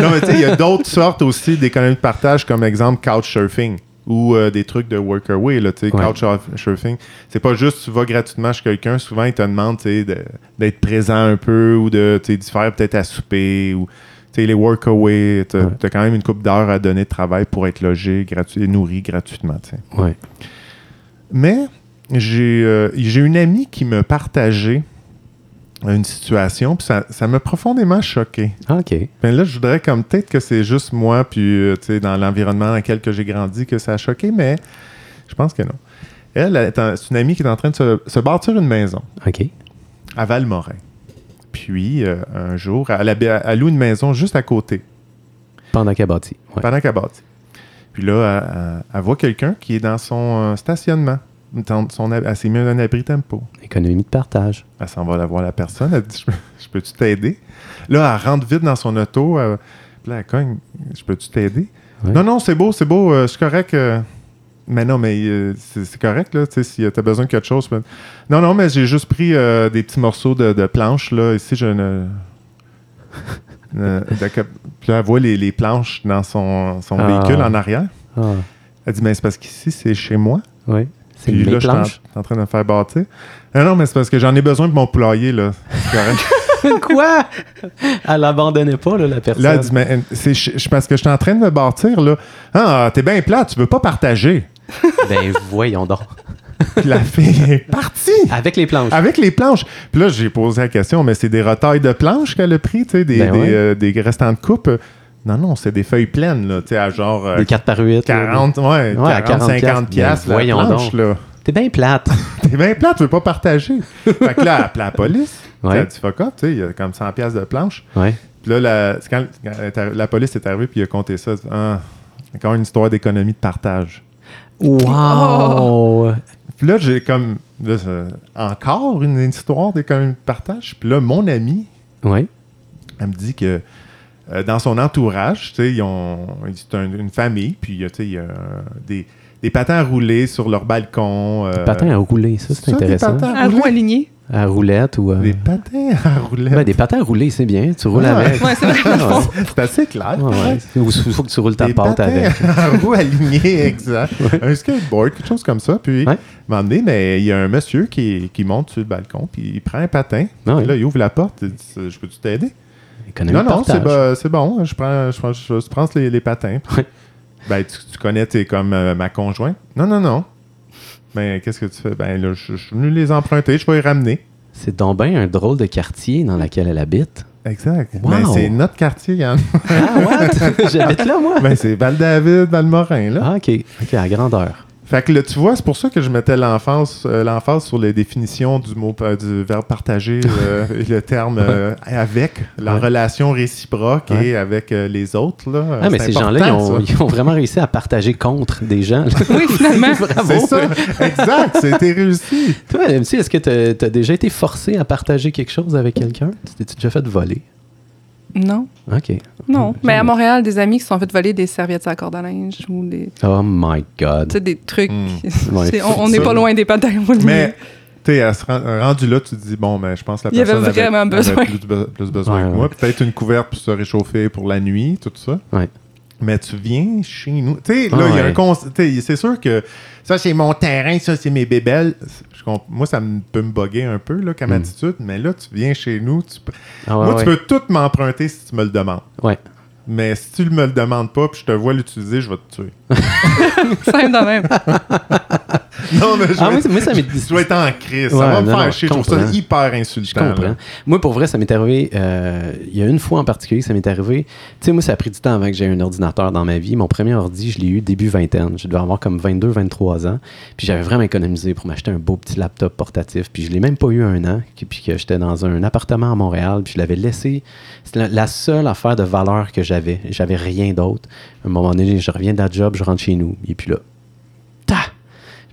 A: non mais tu sais, il y a d'autres sortes aussi d'économie de partage comme exemple couchsurfing ou euh, des trucs de workaway là, tu sais,
B: Ouais.
A: couchsurfing, c'est pas juste tu vas gratuitement chez quelqu'un, souvent ils te demandent tu sais, de- d'être présent un peu ou de tu sais, d'y faire peut-être à souper ou tu sais, les workaway, tu as,
B: Ouais.
A: quand même une coupe d'heures à donner de travail pour être logé gratuit, et nourri gratuitement. tu sais.
B: Ouais.
A: Mais j'ai euh, j'ai une amie qui me partageait une situation, puis ça ça m'a profondément choqué.
B: Ah, OK.
A: Mais là, je voudrais comme peut-être que c'est juste moi, puis euh, tu sais, dans l'environnement dans lequel que j'ai grandi, que ça a choqué, mais je pense que non. Elle, elle est en- c'est une amie qui est en train de se, se bâtir une maison
B: OK.
A: à Valmorin. Puis, euh, un jour, elle, habi- elle loue une maison juste à côté,
B: Pendant qu'elle bâtit. Ouais.
A: pendant qu'elle bâtit. Puis là, elle, elle- elle voit quelqu'un qui est dans son euh, stationnement. Dans son, ab- elle s'est mis un abri tempo.
B: Économie de partage.
A: Elle s'en va la voir la personne. Elle dit Je, je peux-tu t'aider Là, elle rentre vite dans son auto. Elle, puis là, elle cogne Je peux-tu t'aider
B: Ouais.
A: Non, non, c'est beau, c'est beau. euh, je suis correct. euh. mais non, mais euh, c'est c'est correct, là. Tu sais, si euh, t'as besoin de quelque chose. ben- Non, non, mais j'ai juste pris euh, des petits morceaux de, de planches, là. Ici, je ne. ne- euh, de- que- puis là, elle voit les, les planches dans son, son
B: Ah.
A: véhicule en arrière.
B: Ah,
A: Elle dit Mais c'est parce qu'ici, c'est chez moi.
B: ouais. C'est
A: Puis
B: mes
A: là, je suis en,
B: planches.
A: je suis en train de me faire bâtir. Euh, Non, non, mais c'est parce que j'en ai besoin pour mon poulailler, là. C'est correct.
B: Quoi? Elle l'abandonnait pas, là, la personne.
A: là, elle dit, mais euh, c'est je- je- parce que je suis en train de me bâtir, là. Ah, t'es bien plat, tu veux pas partager.
B: Ben voyons donc.
A: Puis la fille est partie
B: Avec les planches.
A: avec les planches. Puis là, j'ai posé la question, mais c'est des retailles de planches qu'elle a pris, tu sais, des,
B: Ben
A: des,
B: ouais.
A: euh, des restants de coupe. Non, non, c'est des feuilles pleines, là, tu sais, à genre euh,
B: Des 4 par 8.
A: 40, ouais, 40,
B: à 40,
A: 50 piastres,
B: ben
A: la
B: voyons
A: planche,
B: donc.
A: là.
B: T'es bien plate.
A: T'es bien plat, tu veux pas partager. fait que là, elle appelé la police.
B: Ouais.
A: Elle a dit fuck off, tu sais, il y a comme 100 piastres de planche.
B: Ouais.
A: Puis là, la, c'est quand, quand elle est arri- la police est arrivée, puis il a compté ça. Ah, encore une histoire d'économie de partage.
B: Wow!
A: Puis là, j'ai comme. là, ça- encore une histoire d'économie de partage. Puis là, mon ami,
B: Ouais.
A: elle me dit que euh, dans son entourage, tu sais, ils ont. C'est un- une famille, puis euh, tu sais, il y a euh, des, des patins roulés sur leur balcon. euh,
B: Patin à rouler, ça, c'est
A: ça, des
B: intéressant.
A: patins
C: À roue
A: roulés.
C: alignée.
B: À roulette ou. euh,
A: Des patins à roulettes.
B: ben, des patins à rouler, c'est bien. Tu roules
A: Ouais.
B: avec.
C: Ouais, c'est vrai.
B: Ah, ouais.
A: C'est assez clair.
B: Ouais, ouais. Ou il faut que tu roules ta
A: Des
B: pâte
A: patins
B: avec.
A: à roues alignées, exact. Un skateboard, quelque chose comme ça. Puis,
B: Ouais.
A: m'a emmené, mais il y a un monsieur qui, qui monte sur le balcon, puis il prend un patin.
B: Ah ouais.
A: Puis là, il ouvre la porte. Il dit Je peux-tu t'aider
B: Économie
A: Non,
B: de
A: non, c'est
B: partage.
A: bon, c'est bon. Je prends, je prends, je prends les, les patins.
B: Ouais.
A: Ben, tu, tu connais, t'es comme euh, ma conjointe. Non, non, non. Ben, qu'est-ce que tu fais Ben, là, je, je suis venu les emprunter, je vais les ramener.
B: C'est donc bien un drôle de quartier dans lequel elle habite.
A: Exact.
B: Wow.
A: Ben, c'est notre quartier, Yann.
B: Ah, what? J'habite là, moi.
A: ben, c'est Val-David, Val-Morin, là.
B: Ah, OK. OK, à grandeur.
A: Fait que là, tu vois, c'est pour ça que je mettais l'emphase, euh, l'emphase sur les définitions du mot euh, du verbe partager euh, et le terme euh, avec, la
B: Ouais.
A: relation réciproque
B: Ouais.
A: et avec euh, les autres. Là,
B: Ah, mais
A: C'est
B: ces gens-là, ils
A: important,
B: ont,
A: ça.
B: ils ont vraiment réussi à partager contre des gens. là.
C: Oui, finalement.
B: Bravo.
A: C'est ça, exact, c'était réussi.
B: Toi, MC, est-ce que tu as déjà été forcé à partager quelque chose avec quelqu'un? Tu t'es déjà fait voler?
C: Non.
B: OK.
C: Non.
B: Jamais.
C: Mais à Montréal, des amis qui se sont fait voler des serviettes à corde à linge ou des,
B: Oh my
C: tu
B: God.
C: sais, des trucs.
A: Hmm.
B: Ouais.
C: C'est- on on n'est
A: Ça,
C: pas loin des patins roulés.
A: Mais, tu sais, à ce ren- rendu là, tu te dis, bon, ben, je pense que la
C: Il y avait
A: personne
C: vraiment
A: avait
C: besoin.
A: plus, be- plus besoin
B: Ouais,
A: que moi. Peut-être une couverte pour se réchauffer pour la nuit, tout ça.
B: Ouais.
A: Mais tu viens chez nous. Tu sais, là,
B: Ah
A: il y a
B: ouais.
A: un cons- tu sais, C'est sûr que ça, c'est mon terrain, ça, c'est mes bébelles. Je comp- Moi, ça me- peut me boguer un peu là, comme
B: Mm.
A: attitude, mais là, tu viens chez nous. tu peux-
B: Ah ouais,
A: Moi,
B: ouais.
A: tu peux tout m'emprunter si tu me le demandes.
B: Ouais.
A: Mais si tu me le demandes pas, puis je te vois l'utiliser, je vais te tuer.
C: Simple de même.
A: Non, mais je,
B: Ah,
A: vais,
B: moi, ça- moi, ça m'est-
A: je vais être en crise.
B: Ouais,
A: ça va me
B: non, non,
A: faire chier. Je trouve ça
B: comprends.
A: hyper
B: Je
A: insultant.
B: comprends.
A: là.
B: Moi, pour vrai, ça m'est arrivé. euh, Il y a une fois en particulier que ça m'est arrivé. Tu sais, moi, ça a pris du temps avant que j'aie un ordinateur dans ma vie. Mon premier ordi, je l'ai eu début vingtaine. Je devais avoir comme 22, 23 ans. Puis j'avais vraiment économisé pour m'acheter un beau petit laptop portatif. Puis je l'ai même pas eu un an. qui- Puis que j'étais dans un appartement à Montréal. Puis je l'avais laissé. C'était la, la seule affaire de valeur que j'avais. J'avais rien d'autre. À un moment donné, je reviens de la job, je rentre chez nous. Et puis là, ta!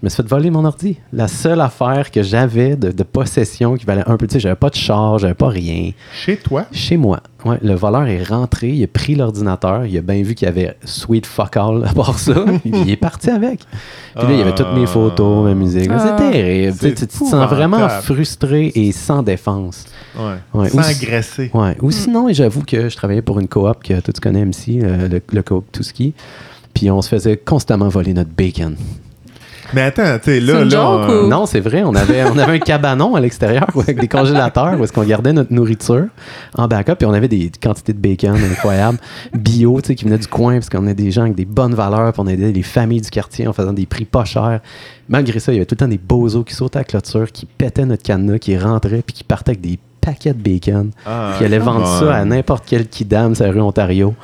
B: Je me suis fait voler mon ordi. La seule affaire que j'avais de, de possession qui valait un peu, tu sais, j'avais pas de charge, j'avais pas rien.
A: Chez toi,
B: Chez moi, ouais, le voleur est rentré, il a pris l'ordinateur, il a bien vu qu'il y avait sweet fuck all à part ça, puis il est parti avec. Puis là, il y avait toutes mes photos, ma musique.
C: Ah.
B: C'est terrible. Tu sais, tu- tu te sens vraiment
A: épouvantable.
B: frustré et sans défense.
A: ouais.
B: Ouais,
A: sans
B: ou si-
A: agresser.
B: Ouais. Ou sinon, et j'avoue que je travaillais pour une coop que toi, tu connais MC, euh, le, le coop Touski. Puis on se faisait constamment voler notre bacon.
A: Mais attends, tu sais,
C: C'est
A: là,
C: une
A: là, euh,
C: joke
A: on-
C: ou-
B: Non, c'est vrai. On avait, on avait un cabanon à l'extérieur avec des congélateurs où est-ce qu'on gardait notre nourriture en backup. Puis on avait des quantités de bacon incroyables, bio, tu sais, qui venaient du coin parce qu'on est des gens avec des bonnes valeurs. Puis on aidait les familles du quartier en faisant des prix pas chers. Malgré ça, il y avait tout le temps des bozos qui sautaient à la clôture, qui pétaient notre cadenas, qui rentraient puis qui partaient avec des paquets de bacon.
A: Ah,
B: qui allaient
A: come
B: vendre
A: on.
B: ça à n'importe quel kidam sur la rue Ontario.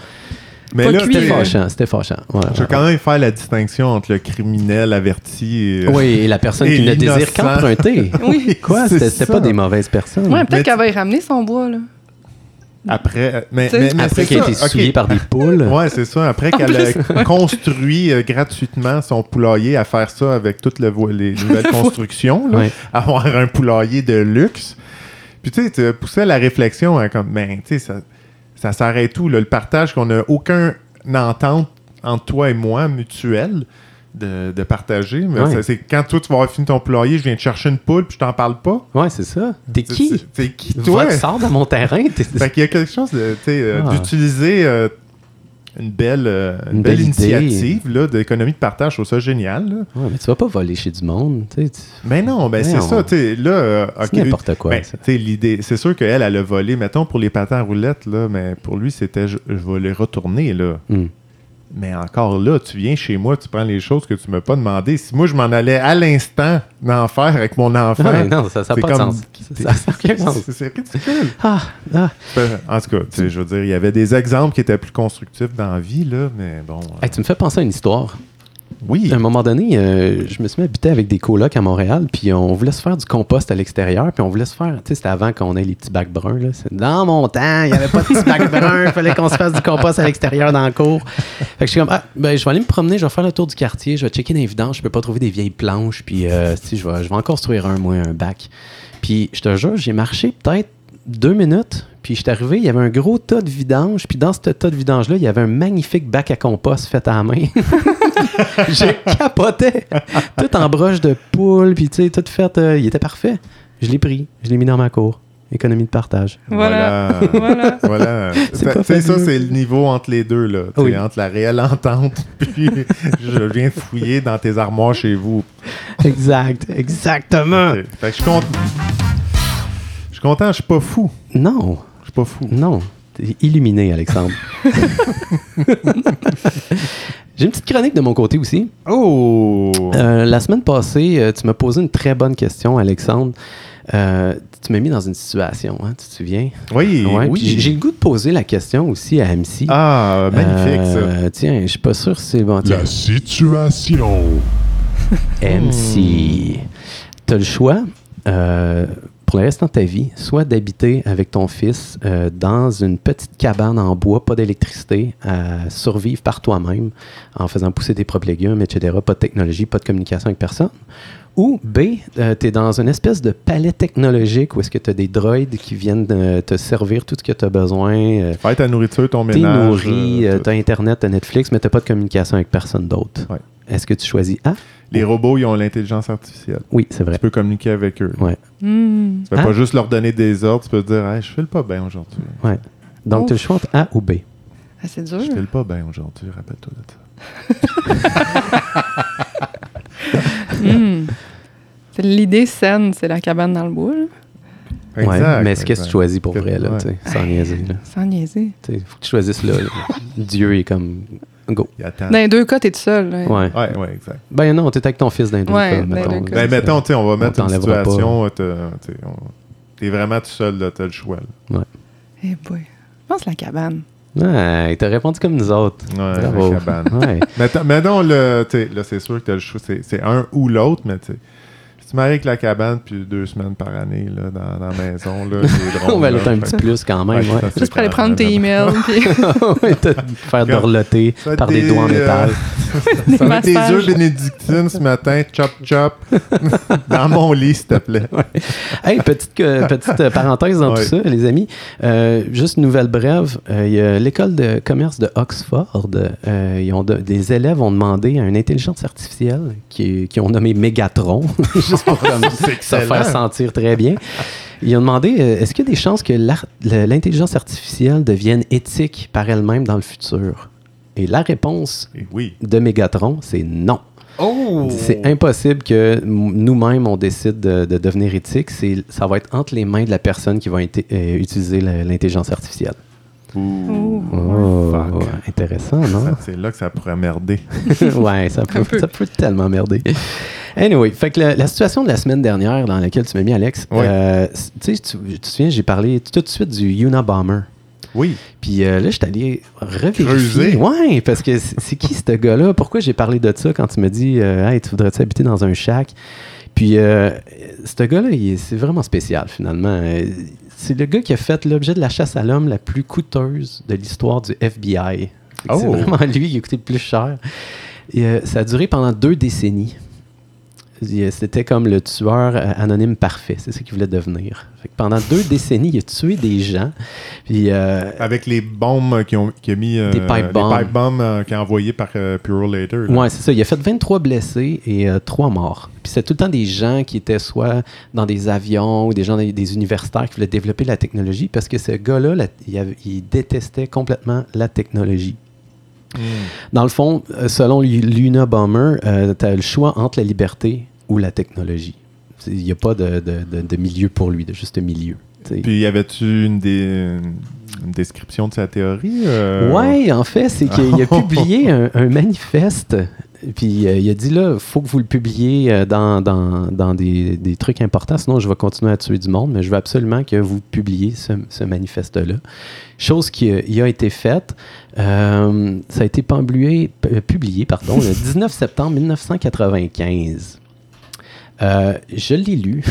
A: Mais
C: Pas
A: là,
C: cuit, hein.
A: tu
B: C'était
A: sais,
C: là.
B: fâchant, c'était fâchant. Ouais,
A: je
B: ouais.
A: veux quand même faire la distinction entre le criminel averti et. euh,
B: Oui, et la personne
A: Et
B: qui ne désire
A: l'innocent.
B: qu'emprunter.
C: Oui.
B: Quoi?
A: C'est
B: C'était c'était
A: ça.
B: pas des mauvaises personnes.
C: Ouais,
A: Mais tu-
C: peut-être qu'elle va y ramener son bois, là.
A: Après, mais,
C: Tu sais,
A: mais, mais c'est
B: Après qu'elle a
A: ça,
B: été
A: ok.
B: souillée par des poules.
A: Ouais, c'est ça. Après qu'elle a construit euh, gratuitement son poulailler à faire ça avec toutes le vo- les nouvelles constructions, là,
B: Ouais.
A: avoir un poulailler de luxe. Puis tu sais, tu poussais à la réflexion hein, comme, ben, tu sais, ça, ça s'arrête tout, le partage qu'on n'a aucun entente entre toi et moi mutuelle de, de partager. Mais
B: Ouais.
A: ça, c'est quand toi, tu vas avoir fini ton poulailler, je viens te chercher une poule, puis je t'en parle pas.
B: Ouais, c'est ça. T'es
A: C'est-
B: qui?
A: c'est- C'est qui, toi? Ben,
B: Toi, sors de mon terrain. t'es-
A: Fait qu'il y a quelque chose de, tu sais, euh,
B: Ah.
A: d'utiliser euh, une belle, euh, une
B: Une
A: belle,
B: belle idée.
A: initiative là, d'économie de partage. Je trouve ça génial. là.
B: Ouais, mais tu vas pas voler chez du monde. tu sais, tu-
A: Mais non, ben, c'est
B: Non.
A: ça. tu sais, Là, euh, ok,
B: C'est n'importe quoi.
A: ben,
B: ça.
A: tu sais, l'idée, c'est sûr qu'elle, elle a volé, mettons, pour les patins à roulettes, là, mais pour lui, c'était je, je vais les retourner. Là.
B: Hum.
A: Mais encore là, tu viens chez moi, tu prends les choses que tu m'as pas demandé. Si moi, je m'en allais à l'instant d'en faire avec mon enfant,
B: Ouais, Ah, non, ça n'a
A: c'est
B: pas de
A: comme-
B: sens. Ça n'a aucun sens.
A: c'est c'est ridicule.
B: Ah, ah.
A: Ben, En tout cas, tu sais, je veux dire, il y avait des exemples qui étaient plus constructifs dans la vie, là, mais bon. euh,
B: Hey, tu me fais penser à une histoire.
A: oui.
B: À un moment donné, euh, je me suis mis à habiter avec des colocs à Montréal, puis on voulait se faire du compost à l'extérieur, puis on voulait se faire. Tu sais, c'était avant qu'on ait les petits bacs bruns. Là. C'est- Dans mon temps, il n'y avait pas de petits bacs bruns, il fallait qu'on se fasse du compost à l'extérieur dans la cour. Fait que je suis comme, ah, ben, je vais aller me promener, je vais faire le tour du quartier, je vais checker dans les vidanges, je peux pas trouver des vieilles planches, puis euh, tu sais, je vais, je vais en construire un, moi, un bac. Puis je te jure, j'ai marché peut-être deux minutes, puis je suis arrivé, il y avait un gros tas de vidanges, puis dans ce tas de vidanges-là, il y avait un magnifique bac à compost fait à la main. je capotais. Tout en broche de poule, puis tu sais, tout fait. euh, il était parfait. Je l'ai pris, je l'ai mis dans ma cour. Économie de partage.
C: Voilà.
A: Voilà.
C: Voilà.
A: Voilà.
B: C'est
A: T'as-
B: pas
A: tu sais, ça,
B: fabuleux.
A: c'est le niveau entre les deux, là. Tu sais,
B: Oui.
A: Entre la réelle entente, puis je viens fouiller dans tes armoires chez vous.
B: Exact, exactement.
A: Tu sais. Fait que je suis content. Je suis content, je suis pas fou.
B: Non,
A: Je suis pas fou.
B: non. T'es illuminé, Alexandre. J'ai une petite chronique de mon côté aussi.
A: Oh!
B: Euh, la semaine passée, euh, tu m'as posé une très bonne question, Alexandre. Euh, tu m'as mis dans une situation, hein, tu te souviens?
A: oui,
B: Ouais, puis
A: Eh oui.
B: J'ai j'ai le goût de poser la question aussi à MC.
A: Ah, magnifique, ça.
B: Euh, Tiens, je suis pas sûr si c'est bon. Tiens,
D: La situation.
B: MC. T'as le choix euh, pour le restant de ta vie, soit d'habiter avec ton fils euh, dans une petite cabane en bois, pas d'électricité, à survivre par toi-même en faisant pousser tes propres légumes, etc. Pas de technologie, pas de communication avec personne. Ou B, tu es dans une espèce de palais technologique où est-ce que tu as des droïdes qui viennent euh, te servir tout ce que tu as besoin. euh,
A: Fais ta nourriture, ton
B: T'es
A: ménage.
B: nourri,
A: euh,
B: euh,
A: tout.
B: t'as Internet, t'as Netflix, mais t'as pas de communication avec personne d'autre.
A: Ouais.
B: Est-ce que tu choisis A?
A: Les robots, ils ont l'intelligence artificielle.
B: Oui, c'est vrai.
A: Tu peux communiquer avec eux.
B: Ouais.
C: Hmm.
A: Tu peux
B: Hein?
A: pas juste leur donner des ordres, tu peux te dire, Hey, je file pas bien aujourd'hui.
B: ouais. Donc, tu le choix entre A ou B.
C: Ah, c'est
A: Je
C: dur.
A: file pas bien aujourd'hui, rappelle-toi de ça.
C: Hmm. C'est L'idée saine, c'est la cabane dans le bois. là.
A: Exact,
B: ouais, mais est-ce que tu
A: exact.
B: choisis pour
A: Que-
B: vrai, là,
A: ouais.
B: tu sais, sans niaiser, là?
C: Ah, Sans niaiser.
B: Tu sais, faut que tu choisisses là. là. Dieu est comme go.
A: Il attend.
C: Dans les deux cas, t'es tout seul. là.
B: Ouais.
A: Ouais, ouais, exact.
B: Ben non, t'es avec ton fils d'un
C: Ouais, dans
B: mettons.
C: les deux cas.
A: Ben, mettons, tu sais, on va mettre une
B: t'enlèvera pas.
A: situation, t'as- t'sais, on- t'es vraiment tout seul, là, t'as le choix. là.
C: Eh boy. Je pense la cabane.
B: Ouais, il t'a répondu comme nous autres.
A: Ouais,
B: Bravo.
A: la cabane.
B: Ouais.
A: Mettons, mettons, là, t'sais, là, c'est sûr que t'as le choix, c'est c'est un ou l'autre, mais tu si tu maries avec la cabane puis deux semaines par année là, dans, dans la maison, là, c'est drôle.
B: On va l'autre
A: là.
B: un petit
A: Fait-
B: plus quand même.
A: Ouais,
B: Ouais,
A: c'est
C: Juste pour aller
A: quand même
C: prendre tes emails. puis
B: ouais te faire dorloter
A: ça va être
B: par des
A: des,
B: doigts en
A: euh,
B: métal.
C: des
A: Ça va être des
C: massages.
A: œufs bénédictines ce matin, chop chop, dans mon lit, s'il te plaît.
B: Hey, petite, que- petite euh, parenthèse dans
A: Ouais.
B: tout ça, les amis. Euh, juste une nouvelle brève. Euh, Il y a l'école de commerce de Oxford. Euh, ils ont de- des élèves ont demandé à une intelligence artificielle qui, qui ont nommé Mégatron, juste pour comme, se
A: excellent.
B: faire sentir très bien. Ils ont demandé euh, est-ce qu'il y a des chances que l'ar- le- l'intelligence artificielle devienne éthique par elle-même dans le futur Et la réponse
A: Et oui.
B: de Mégatron, c'est non.
A: Oh!
B: C'est impossible que m- nous-mêmes, on décide de, de devenir éthique. C'est- Ça va être entre les mains de la personne qui va inté- euh, utiliser la- l'intelligence artificielle.
C: Ouh.
B: Oh,
A: Fuck.
B: ouais, intéressant, non?
A: Ça, C'est là que ça pourrait merder.
B: ouais, ça peut,
C: Un peu.
B: ça peut tellement merder. Anyway, fait que la, la situation de la semaine dernière dans laquelle tu m'as mis, Alex,
A: Ouais.
B: euh, c- tu sais, tu tu te souviens, j'ai parlé tout de suite du Unabomber.
A: Oui.
B: Puis euh, là, je suis allé revérifier.
A: Creuser.
B: Ouais, parce que c'est c'est qui ce gars-là? Pourquoi j'ai parlé de ça quand tu me dis euh, Hey, tu voudrais-tu habiter dans un shack? Puis euh, ce gars-là, il est- c'est vraiment spécial finalement. Euh, C'est le gars qui a fait l'objet de la chasse à l'homme la plus coûteuse de l'histoire du FBI. Fait que C'est
A: Oh.
B: vraiment lui qui a coûté le plus cher. Et, euh, ça a duré pendant deux décennies. Il- C'était comme le tueur euh, anonyme parfait, c'est ce qu'il voulait devenir. Fait que pendant deux décennies, il a tué des gens. Puis euh,
A: Avec les bombes qui ont, qui a mis. euh,
B: Des pipe
A: les
B: bombs.
A: pipe bombs euh, qui a envoyé par euh, Pure Later. là.
B: Ouais, c'est ça. Il a fait 23 blessés et 3 morts. Puis c'est tout le temps des gens qui étaient soit dans des avions ou des gens des, des universitaires qui voulaient développer la technologie parce que ce gars-là, la- il, avait- il détestait complètement la technologie. Dans le fond, euh, selon Lu- Luna Bomber, tu as le choix entre la liberté ou la technologie. C'est- Il n'y a pas de, de- de- de milieu pour lui, de juste milieu. tu sais.
A: Puis y avait-tu une, des- une description de sa théorie euh,
B: Ouais, en fait, c'est qu'il a publié un, un manifeste. Puis euh, il a dit là, faut que vous le publiez euh, dans, dans, dans des, des trucs importants, sinon je vais continuer à tuer du monde, mais je veux absolument que vous publiez ce, ce manifeste-là. Chose qui euh, y a été faite, euh, ça a été pamblué- p- euh, publié pardon, le 19 septembre 1995. Euh, je l'ai lu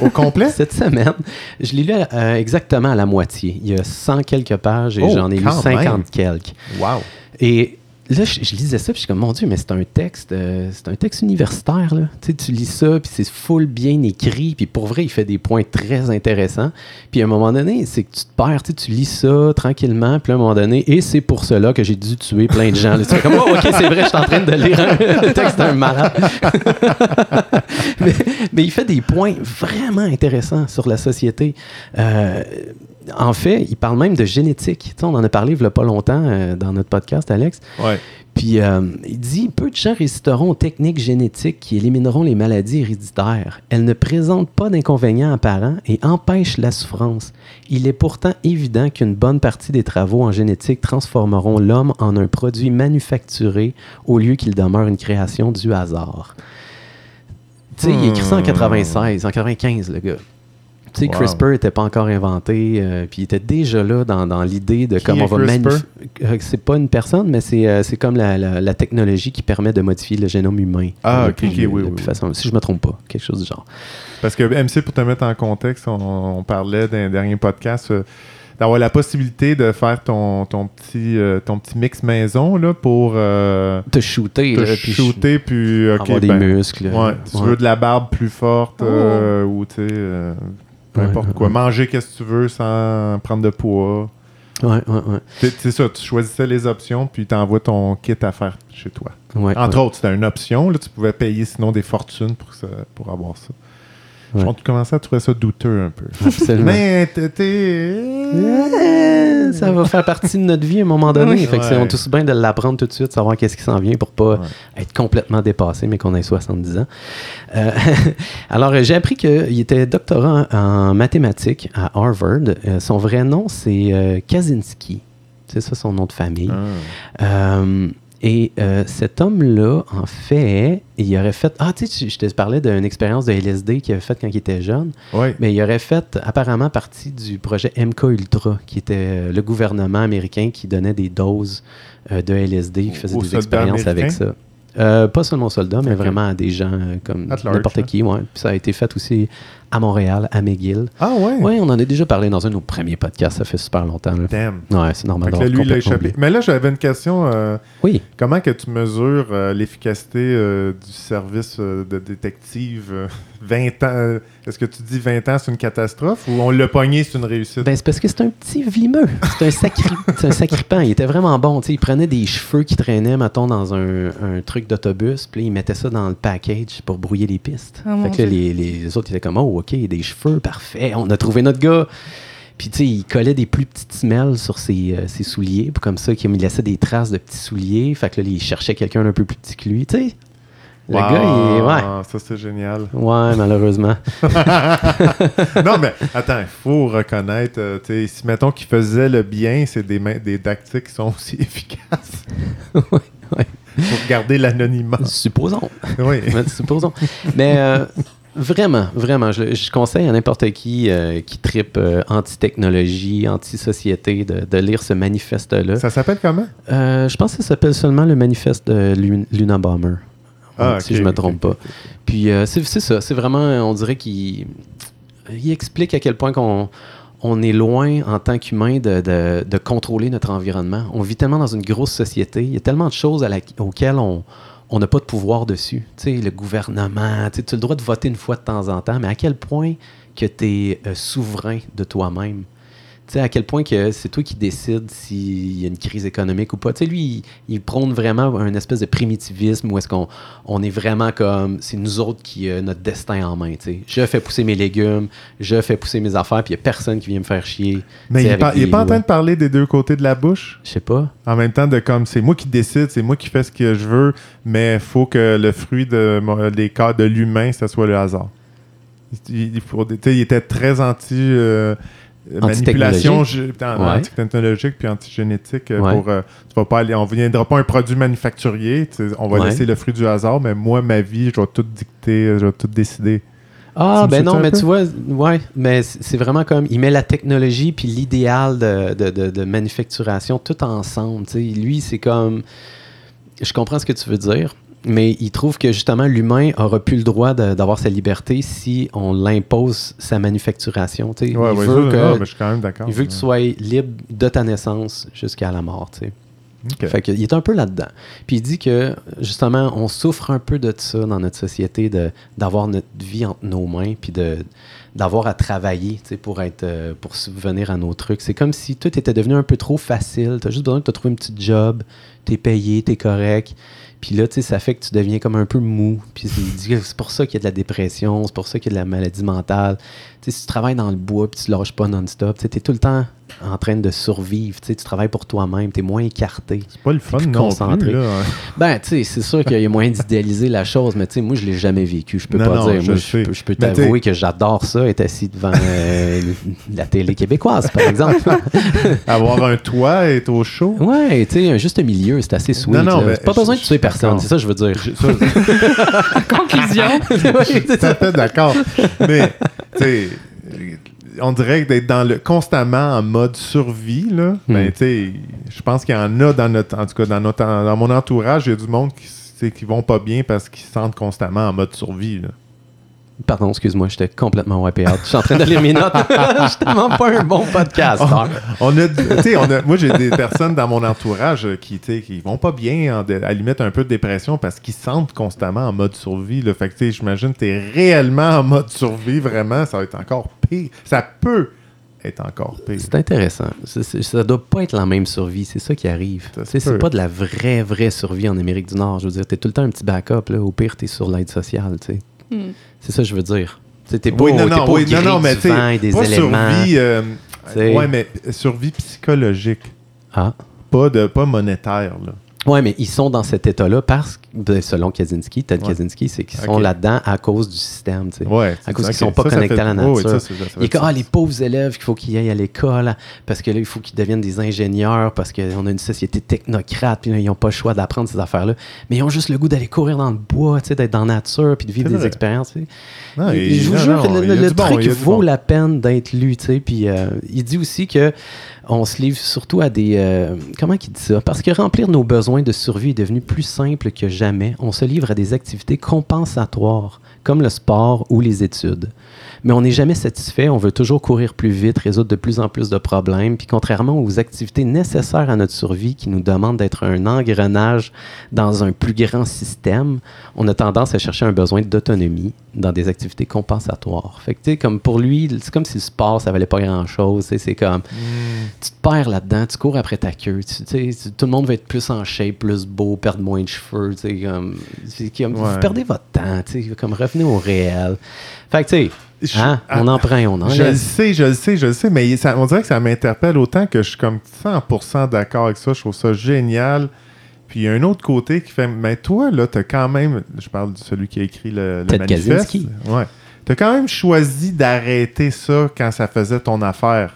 A: Au complet
B: cette semaine. Je l'ai lu euh, exactement à la moitié. Il y a 100 quelques pages et
A: Oh,
B: j'en ai lu
A: quand
B: 50
A: même.
B: quelques.
A: Wow.
B: Et là, je, je lisais ça, puis je suis comme, mon Dieu, mais c'est un texte, euh, c'est un texte universitaire, là. Tu sais, tu lis ça, puis c'est full bien écrit, puis pour vrai, il fait des points très intéressants. Puis à un moment donné, c'est que tu te perds, tu sais, tu lis ça tranquillement, puis là, à un moment donné, et c'est pour cela que j'ai dû tuer plein de gens. là. Tu fais comme, oh, ok, c'est vrai, je suis en train de lire un, un texte d'un malade. mais, mais il fait des points vraiment intéressants sur la société. Euh, en fait, il parle même de génétique. Tu sais, on en a parlé il y a pas longtemps euh, dans notre podcast, Alex.
A: Ouais.
B: Puis euh, il dit peu de gens résisteront aux techniques génétiques qui élimineront les maladies héréditaires. Elles ne présentent pas d'inconvénients apparents et empêchent la souffrance. Il est pourtant évident qu'une bonne partie des travaux en génétique transformeront l'homme en un produit manufacturé au lieu qu'il demeure une création du hasard. Tu sais, il écrit ça en
A: Hmm.
B: 96, en 95, le gars. Tu sais,
A: Wow.
B: CRISPR n'était pas encore inventé, euh, puis il était déjà là dans, dans l'idée de
A: Qui
B: comment
A: est
B: on va
A: CRISPR?
B: manif- euh, C'est pas une personne, mais c'est euh, c'est comme la, la- la technologie qui permet de modifier le génome humain.
A: Ah,
B: Le
A: ok,
B: plus-
A: ok, oui,
B: le
A: oui,
B: plus
A: oui.
B: façon- si je me trompe pas, quelque chose du genre.
A: Parce que MC, pour te mettre en contexte, on, on parlait d'un dernier podcast euh, d'avoir la possibilité de faire ton, ton, petit, euh, ton petit mix maison là, pour euh,
B: Te shooter,
A: te
B: là, puis
A: shooter, puis. ok,
B: avoir des
A: ben,
B: muscles.
A: Ouais, si tu
B: Ouais.
A: veux de la barbe plus forte
C: Oh.
A: euh, ou tu sais, euh, peu
B: Ouais,
A: importe
B: ouais,
A: quoi.
B: ouais.
A: Manger qu'est-ce que tu veux sans prendre de poids.
B: Ouais, ouais, ouais.
A: C'est- C'est ça, tu choisissais les options puis t'envoies ton kit à faire chez toi.
B: Ouais,
A: Entre
B: ouais.
A: autres, c'était une option, là, tu pouvais payer sinon des fortunes pour, ça, pour avoir ça.
B: Ouais.
A: On commençait à trouver ça douteux un peu.
B: Absolument.
A: Mais t'es- t'es-
B: euh, ça va faire partie de notre vie à un moment donné.
C: Oui.
B: Fait que c'est
A: Ouais.
B: on tous bien de l'apprendre tout de suite, savoir qu'est-ce qui s'en vient pour pas
A: Ouais.
B: être complètement dépassé, mais qu'on ait 70 ans. Euh, alors, euh, j'ai appris qu'il était doctorant en mathématiques à Harvard. Euh, son vrai nom, c'est euh, Kaczynski. C'est ça son nom de famille.
A: Ah.
B: Euh, et euh, cet homme-là, en fait, il aurait fait. Ah, tu sais, je- je te parlais d'une expérience de LSD qu'il avait faite quand il était jeune.
A: Ouais.
B: Mais il aurait fait apparemment partie du projet MK Ultra, qui était euh, le gouvernement américain qui donnait des doses euh, de LSD, qui faisait
A: Aux
B: des
A: soldats
B: expériences avec ça. Euh, pas seulement aux soldats, mais
A: Ok.
B: vraiment à des gens euh, comme
A: At large,
B: n'importe
A: hein.
B: qui. Ouais. Puis ça a été fait aussi à Montréal, à McGill.
A: Ah ouais.
B: Oui, on en a déjà parlé dans un de nos premiers podcasts, ça fait super longtemps. là.
A: Damn.
B: Ouais, c'est
A: Fait
B: normal.
A: que là, lui, il a
B: d'avoir complètement
A: échappé.
B: oublié.
A: Mais là, j'avais une question. euh,
B: Oui.
A: comment que tu mesures euh, l'efficacité euh, du service euh, de détective euh, 20 ans euh, Est-ce que tu dis 20 ans, c'est une catastrophe ou on l'a pogné, c'est une réussite
B: Ben, c'est parce que c'est un petit vlimeux. C'est un, sacri... c'est un sacripant. Il était vraiment bon. tu sais, il prenait des cheveux qui traînaient, mettons, dans un, un truc d'autobus, puis là, il mettait ça dans le package pour brouiller les pistes.
C: Oh, mon
B: fait que là,
C: Dieu.
B: les, les- les autres, ils étaient comme, oh, OK, des cheveux, parfait, on a trouvé notre gars. Puis, tu sais, il collait des plus petites semelles sur ses, euh, ses souliers, puis comme ça, comme il laissait des traces de petits souliers. Fait que là, il cherchait quelqu'un un peu plus petit que lui, tu sais. Ben, Le
A: Wow,
B: gars, il est. Ouais.
A: Ça, c'est génial.
B: Ouais, malheureusement.
A: non, mais attends, il faut reconnaître, euh, tu sais, si mettons qu'il faisait le bien, c'est des, mains- des tactiques qui sont aussi efficaces
B: ouais, ouais.
A: pour garder l'anonymat.
B: Supposons.
A: Oui.
B: Mais supposons. Mais euh, vraiment, vraiment, je, je conseille à n'importe qui euh, qui tripe euh, anti-technologie, anti-société de, de lire ce manifeste-là.
A: Ça s'appelle comment
B: Euh, je pense que ça s'appelle seulement le manifeste de Lun- Luna Bomber.
A: Ah,
B: si
A: ok,
B: je me
A: ok,
B: trompe pas. Puis euh, c'est c'est ça, c'est vraiment, euh, on dirait qu'il il explique à quel point qu'on on est loin en tant qu'humain de, de- de contrôler notre environnement. On vit tellement dans une grosse société, il y a tellement de choses à la- auxquelles on on n'a pas de pouvoir dessus. Tu sais, le gouvernement, tu sais, tu as le droit de voter une fois de temps en temps, mais à quel point que tu es souverain de toi-même. Tu sais, à quel point que c'est toi qui décides s'il y a une crise économique ou pas. Tu sais, lui, il, il prône vraiment un espèce de primitivisme où est-ce qu'on on est vraiment comme, c'est nous autres qui euh, notre destin en main, tu sais. Je fais pousser mes légumes, je fais pousser mes affaires, puis il n'y a personne qui vient me faire chier.
A: Mais il
B: tu sais,
A: n'est
B: avec
A: pas, il est
B: des
A: pas en
B: lois.
A: train de parler des deux côtés de la bouche
B: Je sais pas.
A: En même temps, de comme c'est moi qui décide, c'est moi qui fais ce que je veux, mais faut que le fruit de, mon- des cas de l'humain, ça soit le hasard. Il, il faut- tu sais, il était très anti. euh, manipulation gé- en-
B: Ouais.
A: anti-technologique puis anti-génétique euh,
B: Ouais.
A: pour euh, tu vas pas aller on viendra pas un produit manufacturier tu sais, on va
B: Ouais.
A: laisser le fruit du hasard mais moi ma vie je vais tout dicter euh, je vais tout décider Tu
B: Ah,
A: me
B: ben
A: suis-tu
B: non,
A: un
B: mais
A: peu?
B: tu vois, ouais, mais c- c'est vraiment comme, il met la technologie puis l'idéal de, de, de- de manufacturation tout ensemble. tu sais. Lui, c'est comme, je comprends ce que tu veux dire, mais il trouve que justement, l'humain aura plus le droit de- d'avoir sa liberté si on l'impose sa manufacturation. tu sais.
A: ouais,
B: il
A: ouais,
B: veut
A: ça, non,
B: que,
A: mais je suis quand même d'accord
B: il veut que tu sois libre de ta naissance jusqu'à la mort. tu sais.
A: Ok.
B: Fait qu'il est un peu là-dedans. Puis il dit que, justement, on souffre un peu de ça dans notre société, de, d'avoir notre vie entre nos mains, puis de, d'avoir à travailler tu sais, pour, être, euh, pour subvenir à nos trucs. C'est comme si tout était devenu un peu trop facile. Tu as juste besoin de te trouver un petit job, t'es payé, t'es correct. Puis là, tu sais, ça fait que tu deviens comme un peu mou. Puis il dit que c'est pour ça qu'il y a de la dépression, c'est pour ça qu'il y a de la maladie mentale. Tu sais, si tu travailles dans le bois puis tu lâches pas non-stop, tu es tout le temps en train de survivre. Tu sais, tu travailles pour toi-même, tu es moins écarté.
A: c'est pas le fun
B: plus
A: non
B: concentré.
A: plus là. hein.
B: Ben, tu sais, c'est sûr qu'il y a moyen d'idéaliser la chose, mais tu sais, moi, je l'ai jamais vécu. Je peux
A: Non,
B: pas
A: non,
B: dire.
A: je
B: Moi,
A: sais.
B: je, peux- je peux
A: Mais
B: t'avouer que j'adore ça, être assis devant euh, la télé québécoise, par exemple.
A: avoir un toit et être au chaud
B: ouais, tu sais, un juste milieu, c'est assez sweet.
A: Non, non,
B: là.
A: mais
B: C'est pas
A: je-
B: besoin de
A: je
B: tuer
A: suis
B: personne,
A: d'accord.
B: c'est ça que je veux dire.
C: Conclusion.
B: Ouais, c'est
A: tout à
B: ça.
A: fait d'accord. Mais, tu sais, on dirait que d'être dans le, constamment en mode survie, là, ben, tu sais, je pense qu'il y en a dans notre, en tout cas, dans, notre, dans mon entourage, il y a du monde qui, s- tu sais, qui vont pas bien parce qu'ils se sentent constamment en mode survie, là.
B: Pardon, excuse-moi, j'étais complètement wipe out. Je suis en train de lire mes notes. Je suis tellement pas un bon podcast.
A: Oh, On a, du- tu sais, on a- moi, j'ai des personnes dans mon entourage euh, qui, tu sais, qui vont pas bien, en dé- à la limite un peu de dépression, parce qu'ils se sentent constamment en mode survie. Là. Fait que, tu sais, j'imagine que tu es réellement en mode survie, vraiment, ça va être encore pire. Ça peut être encore pire.
B: C'est intéressant. Ça- ça- ça doit pas être la même survie. C'est ça qui arrive.
A: Ça se
B: Tu sais,
A: peut.
B: C'est pas de la vraie, vraie survie en Amérique du Nord. Je veux dire, t'es tout le temps un petit backup. Là. Au pire, t'es sur l'aide sociale. tu sais. C'est ça que je veux dire. Tu sais, T'es pas,
A: Oui,
B: au-
A: non,
B: t'es
A: non,
B: pas au
A: oui, non,
B: gré
A: non, mais
B: du
A: tu sais,
B: vent et des
A: pas
B: éléments.
A: survie, euh,
B: sais.
A: Ouais, mais survie psychologique,
B: Ah.
A: pas, de, pas monétaire. Là.
B: Ouais, mais ils sont dans cet état-là parce que, ben, selon Kaczynski, Ted
A: Ouais.
B: Kaczynski, c'est qu'ils sont
A: Ok.
B: là-dedans à cause du système, tu sais.
A: Ouais,
B: À cause
A: ok,
B: qu'ils sont
A: ça,
B: pas
A: ça
B: connectés
A: fait-
B: à la
A: oh, oui,
B: nature.
A: ça, c'est- ça fait
B: Il est
A: du
B: comme, ah,
A: sens.
B: les pauvres élèves, qu'il faut qu'ils aillent à l'école, hein, parce que là, il faut qu'ils deviennent des ingénieurs, parce qu'on a une société technocrate, puis là, ils n'ont pas le choix d'apprendre ces affaires-là. Mais ils ont juste le goût d'aller courir dans le bois, tu sais, d'être dans la nature, puis de vivre
A: C'est
B: des
A: vrai.
B: expériences. tu sais.
A: Non,
B: Et
A: il-
B: je vous
A: non,
B: jure
A: non,
B: que le,
A: il y a
B: le
A: du bon,
B: truc
A: il y a du
B: vaut
A: bon.
B: la peine d'être lu, tu sais. Puis euh, il dit aussi que on se livre surtout à des. euh, comment qu'il dit ça Parce que remplir nos besoins de survie est devenu plus simple que jamais. On se livre à des activités compensatoires, comme le sport ou les études. Mais on n'est jamais satisfait. On veut toujours courir plus vite, résoudre de plus en plus de problèmes. Puis contrairement aux activités nécessaires à notre survie, qui nous demandent d'être un engrenage dans un plus grand système, on a tendance à chercher un besoin d'autonomie dans des activités compensatoires. Fait que, tu sais, comme pour lui, c'est comme si le sport, ça valait pas grand-chose. tu sais, C'est comme, tu te perds là-dedans, tu cours après ta queue. tu- tu sais, tu- tout le monde va être plus en shape, plus beau, perdre moins de cheveux. tu sais, Comme, c'est comme,
A: Ouais.
B: Vous perdez votre temps, tu sais, comme revenez au réel. Fait que, tu sais,
A: Je-
B: hein, on
A: ah,
B: en prend, et on en
A: Je le
B: laisse.
A: sais, je le sais, je le sais, mais ça- on dirait que ça m'interpelle autant que je suis comme 100% d'accord avec ça. Je trouve ça génial. Puis il y a un autre côté qui fait, mais toi, là, t'as quand même, je parle de celui qui a écrit le, le
B: Ted
A: manifeste.
B: Kaczynski.
A: Ouais. T'as quand même choisi d'arrêter ça quand ça faisait ton affaire.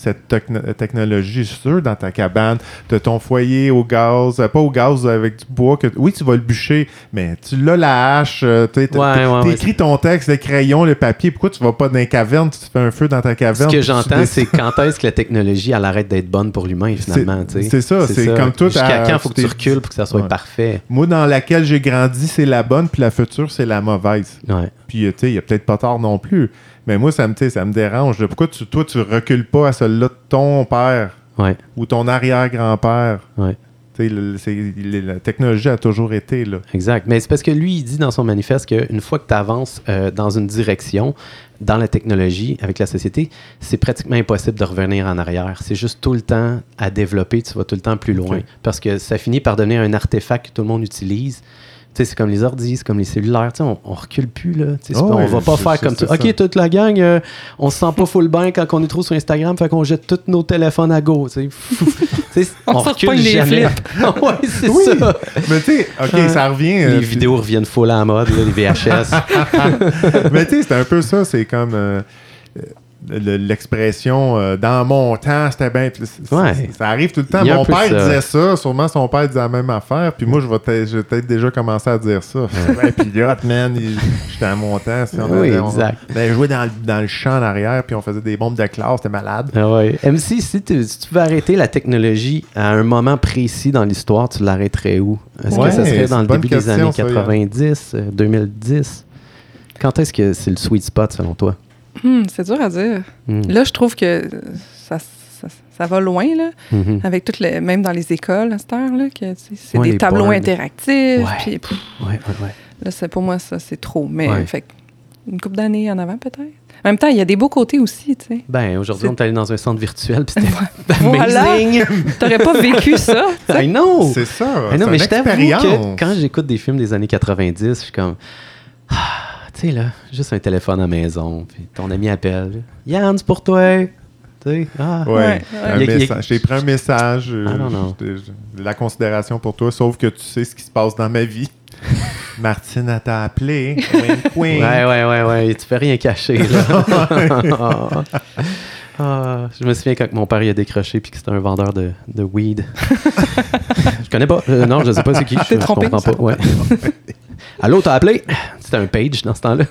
A: Cette techno- technologie sûre dans ta cabane, de ton foyer au gaz, euh, pas au gaz avec du bois, que oui, tu vas le bûcher, mais tu l'as la hache, euh, tu sais, t'as-
B: Ouais, ouais, ouais.
A: t'écris ton texte, le crayon, le papier. Pourquoi tu vas pas dans les cavernes, tu te fais un feu dans ta
B: Ce
A: caverne?
B: que
A: puis tu
B: j'entends,
A: décides-
B: c'est quand est-ce que la technologie, elle arrête d'être bonne pour l'humain, finalement. tu sais.
A: c'est ça, c'est comme tout,
B: Jusqu'à
A: euh,
B: quand faut que
A: tu
B: tu
A: t'es-
B: recules pour que ça soit
A: Ouais.
B: parfait.
A: Moi, dans laquelle j'ai grandi, c'est la bonne, puis la future, c'est la mauvaise.
B: Ouais.
A: Puis, euh, tu sais, il y a peut-être pas tard non plus. Mais moi, ça me, tu sais, ça me dérange. là. Pourquoi tu, toi, tu recules pas à celle-là de ton père
B: Ouais.
A: ou ton arrière-grand-père?
B: Ouais.
A: Tu sais, le- c'est- le- la technologie a toujours été là.
B: Exact. Mais c'est parce que lui, il dit dans son manifeste qu'une fois que tu avances euh, dans une direction, dans la technologie, avec la société, c'est pratiquement impossible de revenir en arrière. C'est juste tout le temps à développer, tu vas tout le temps plus loin.
A: Ok.
B: Parce que ça finit par devenir un artefact que tout le monde utilise. Tu sais, c'est comme les ordis, c'est comme les cellulaires, tu sais, on, on recule plus, là. Tu sais, c'est
A: Oh,
B: pas- on va
A: oui,
B: pas
A: c'est-
B: faire
A: c'est-
B: comme ça.
A: c'est ça.
B: OK, toute la gang, euh, on se sent pas full bain quand on est trop sur Instagram, fait qu'on jette tous nos téléphones à go. Tu sais. Tu sais,
C: On
B: on,
C: se
B: recule
C: repogne les
B: jamais. ouais, c'est
A: Oui.
B: ça.
A: Mais tu sais, OK,
B: Euh,
A: ça revient. euh,
B: Les
A: puis-
B: vidéos reviennent full à la mode, là, les VHS.
A: Mais tu sais, c'est un peu ça, c'est comme euh, euh, le- l'expression euh, dans mon temps, c'était bien. plus C'est-
B: Ouais.
A: c'est- Ça arrive tout le temps.
B: Il y a un
A: Mon
B: peu
A: père
B: ça.
A: disait ça, sûrement son père disait la même affaire, puis moi, je vais peut-être- j'ai peut-être déjà commencé à dire ça. Ouais, pilote, man, il- j'étais à mon temps. si on
B: Oui,
A: avait- on-
B: exact.
A: on avait joué dans, le- dans le champ en arrière, puis on faisait des bombes de classe, c'était malade.
B: Ah ouais. MC, si tu, si tu veux arrêter la technologie à un moment précis dans l'histoire, tu l'arrêterais où? Est-ce
A: Ouais,
B: que ça
A: c'est
B: serait dans
A: une
B: le
A: bonne
B: début des
A: question,
B: années
A: ça, Yann.
B: 90, euh, 2010? Quand est-ce que c'est le sweet spot selon toi?
C: Hum, c'est dur à dire.
B: Hmm.
C: Là, je trouve que ça, ça, ça va loin, là.
B: Mhm.
C: Avec toutes les, même dans les écoles à cette heure-là, que tu sais, c'est
B: Ouais,
C: des
B: les
C: tableaux
B: boards.
C: interactifs.
B: Ouais.
C: puis, pff,
B: Ouais, ouais, ouais.
C: là, c'est- pour moi, ça, c'est trop. Mais
B: Ouais.
C: fait que une couple d'années en avant, peut-être. En même temps, il y a des beaux côtés aussi, tu sais.
B: Ben, aujourd'hui,
C: C'est-
B: on est allé dans un centre virtuel, puis c'était
C: Voilà.
B: amazing!
C: T'aurais pas vécu ça. tu sais.
B: I know!
A: C'est ça.
B: Ah non,
A: c'est
B: mais
A: une
B: je t'avoue
A: expérience.
B: que quand j'écoute des films des années 90, je suis comme. Ah, tu sais, là, juste un téléphone à la maison, puis ton ami appelle. Yann, c'est pour toi! Tu sais, ah.
A: Ouais.
C: Ouais,
A: Un
B: ouais. Il y a- il y a-
A: message. J'ai pris un message. euh,
B: Ah, non, non.
A: je- je- la considération pour toi, sauf que tu sais ce qui se passe dans ma vie. Martine, elle t'a appelé. Wink, wink.
B: Ouais, ouais, ouais, ouais, tu peux rien cacher, là. Ah, je me souviens quand mon père il a décroché puis que c'était un vendeur de, de weed. je connais pas. Euh, non, je sais pas c'est qui. Je,
C: T'es
B: je
C: trompé,
B: comprends
C: ça.
B: pas. Ouais. Allô, t'as appelé? C'était un page dans ce temps-là.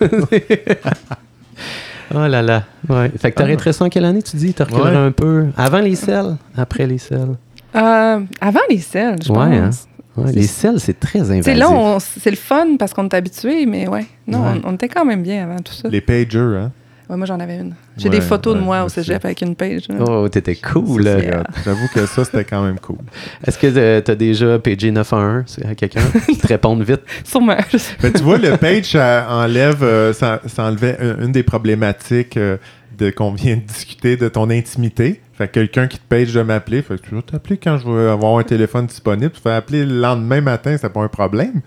B: oh là là. Ouais. Fait que t'arrêterais ça en quelle année, tu dis? T'as reculerais
A: Ouais.
B: un peu. Avant les selles? Après les selles?
C: Euh, avant les selles, je
B: Ouais,
C: pense.
B: hein. Ouais, les selles, c'est très invasif.
C: Tu sais, là, on- c'est le fun parce qu'on est habitué, mais ouais. Non,
B: Ouais.
C: On, on était quand même bien avant tout ça.
A: Les pagers, hein?
C: Ouais, moi, j'en avais une. J'ai
A: Ouais,
C: des photos de
A: ouais,
C: moi au
A: aussi.
C: cégep avec une page. hein.
B: Oh, t'étais cool.
A: Ça, c'est
C: Yeah.
A: hot. J'avoue que ça, c'était quand même cool.
B: Est-ce que euh, t'as déjà PG 911 c'est à quelqu'un qui te réponde vite?
C: Sûrement. je sais.
A: Mais tu vois, le page ça enlève, euh, ça, ça enlevait un- une des problématiques euh, de qu'on vient de discuter de ton intimité. Fait que quelqu'un qui te page de m'appeler, fait que tu vas t'appeler quand je vais avoir un téléphone disponible. Tu fais appeler le lendemain matin, c'est pas un problème.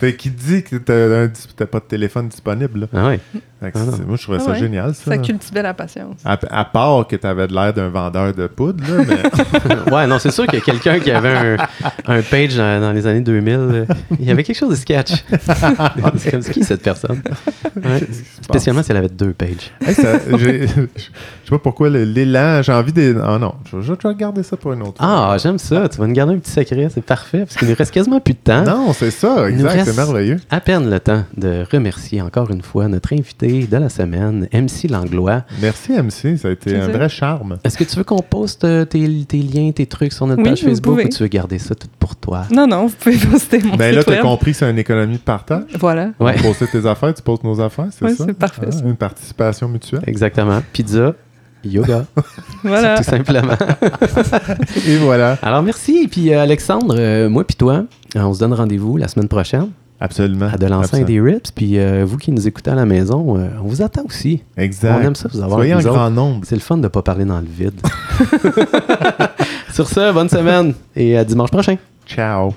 A: Fait qui dit que t'as un dis- t'as pas de téléphone disponible. là?
B: Ah ouais.
A: Fait que
B: Ah non.
A: c'est- moi, je trouvais
C: Ah
A: ça
C: ouais.
A: génial, ça.
C: Ça cultivait la patience.
A: À, à part que tu avais l'air d'un vendeur de poudre, là, mais
B: ouais, non, c'est sûr qu'il y a quelqu'un qui avait un, un page dans, dans les années 2000. euh, Il y avait quelque chose de sketch. c'est comme qui cette personne. Ouais. Spécialement si elle avait deux pages.
A: Hey, ça- j'ai- je sais pas pourquoi le- l'élan, j'ai envie de. Ah non, je je vais regarder ça pour une autre
B: Ah, j'aime ça. Tu vas nous garder un petit secret. C'est parfait parce qu'il nous reste quasiment plus de temps.
A: fois. Non, c'est ça,
B: Hein? Il nous
A: exact, c'est
B: reste-
A: merveilleux.
B: À peine le temps de remercier encore une fois notre invité de la semaine, MC Langlois.
A: Merci, MC, ça a été un
C: Plaisir.
A: vrai charme.
B: Est-ce que tu veux qu'on poste euh, tes, tes liens, tes trucs sur notre
C: Oui,
B: page
C: vous
B: Facebook
C: pouvez.
B: ou tu veux garder ça tout pour toi?
C: Non, non, vous pouvez poster mon
A: Ben
C: site
A: là, t'as
C: web.
A: compris que c'est une économie de partage.
C: Voilà.
B: Ouais.
A: Tu postes tes affaires, tu postes nos affaires, c'est
C: Ouais,
A: ça? Ah,
C: c'est parfait, ça.
A: une participation mutuelle.
B: Exactement. Pizza, yoga,
C: Voilà.
B: tout simplement.
A: Et voilà.
B: Alors merci. Et puis euh, Alexandre, euh, moi puis toi, euh, on se donne rendez-vous la semaine prochaine
A: Absolument.
B: à De l'enceinte et
A: Absolument.
B: des Rips. Puis euh, vous qui nous écoutez à la maison, euh, on vous attend aussi.
A: Exact.
B: On aime ça vous avoir
A: Soyez en
B: avec nous
A: grand nombre.
B: C'est le fun de ne pas parler dans le vide. Sur ce, bonne semaine et à dimanche prochain.
A: Ciao.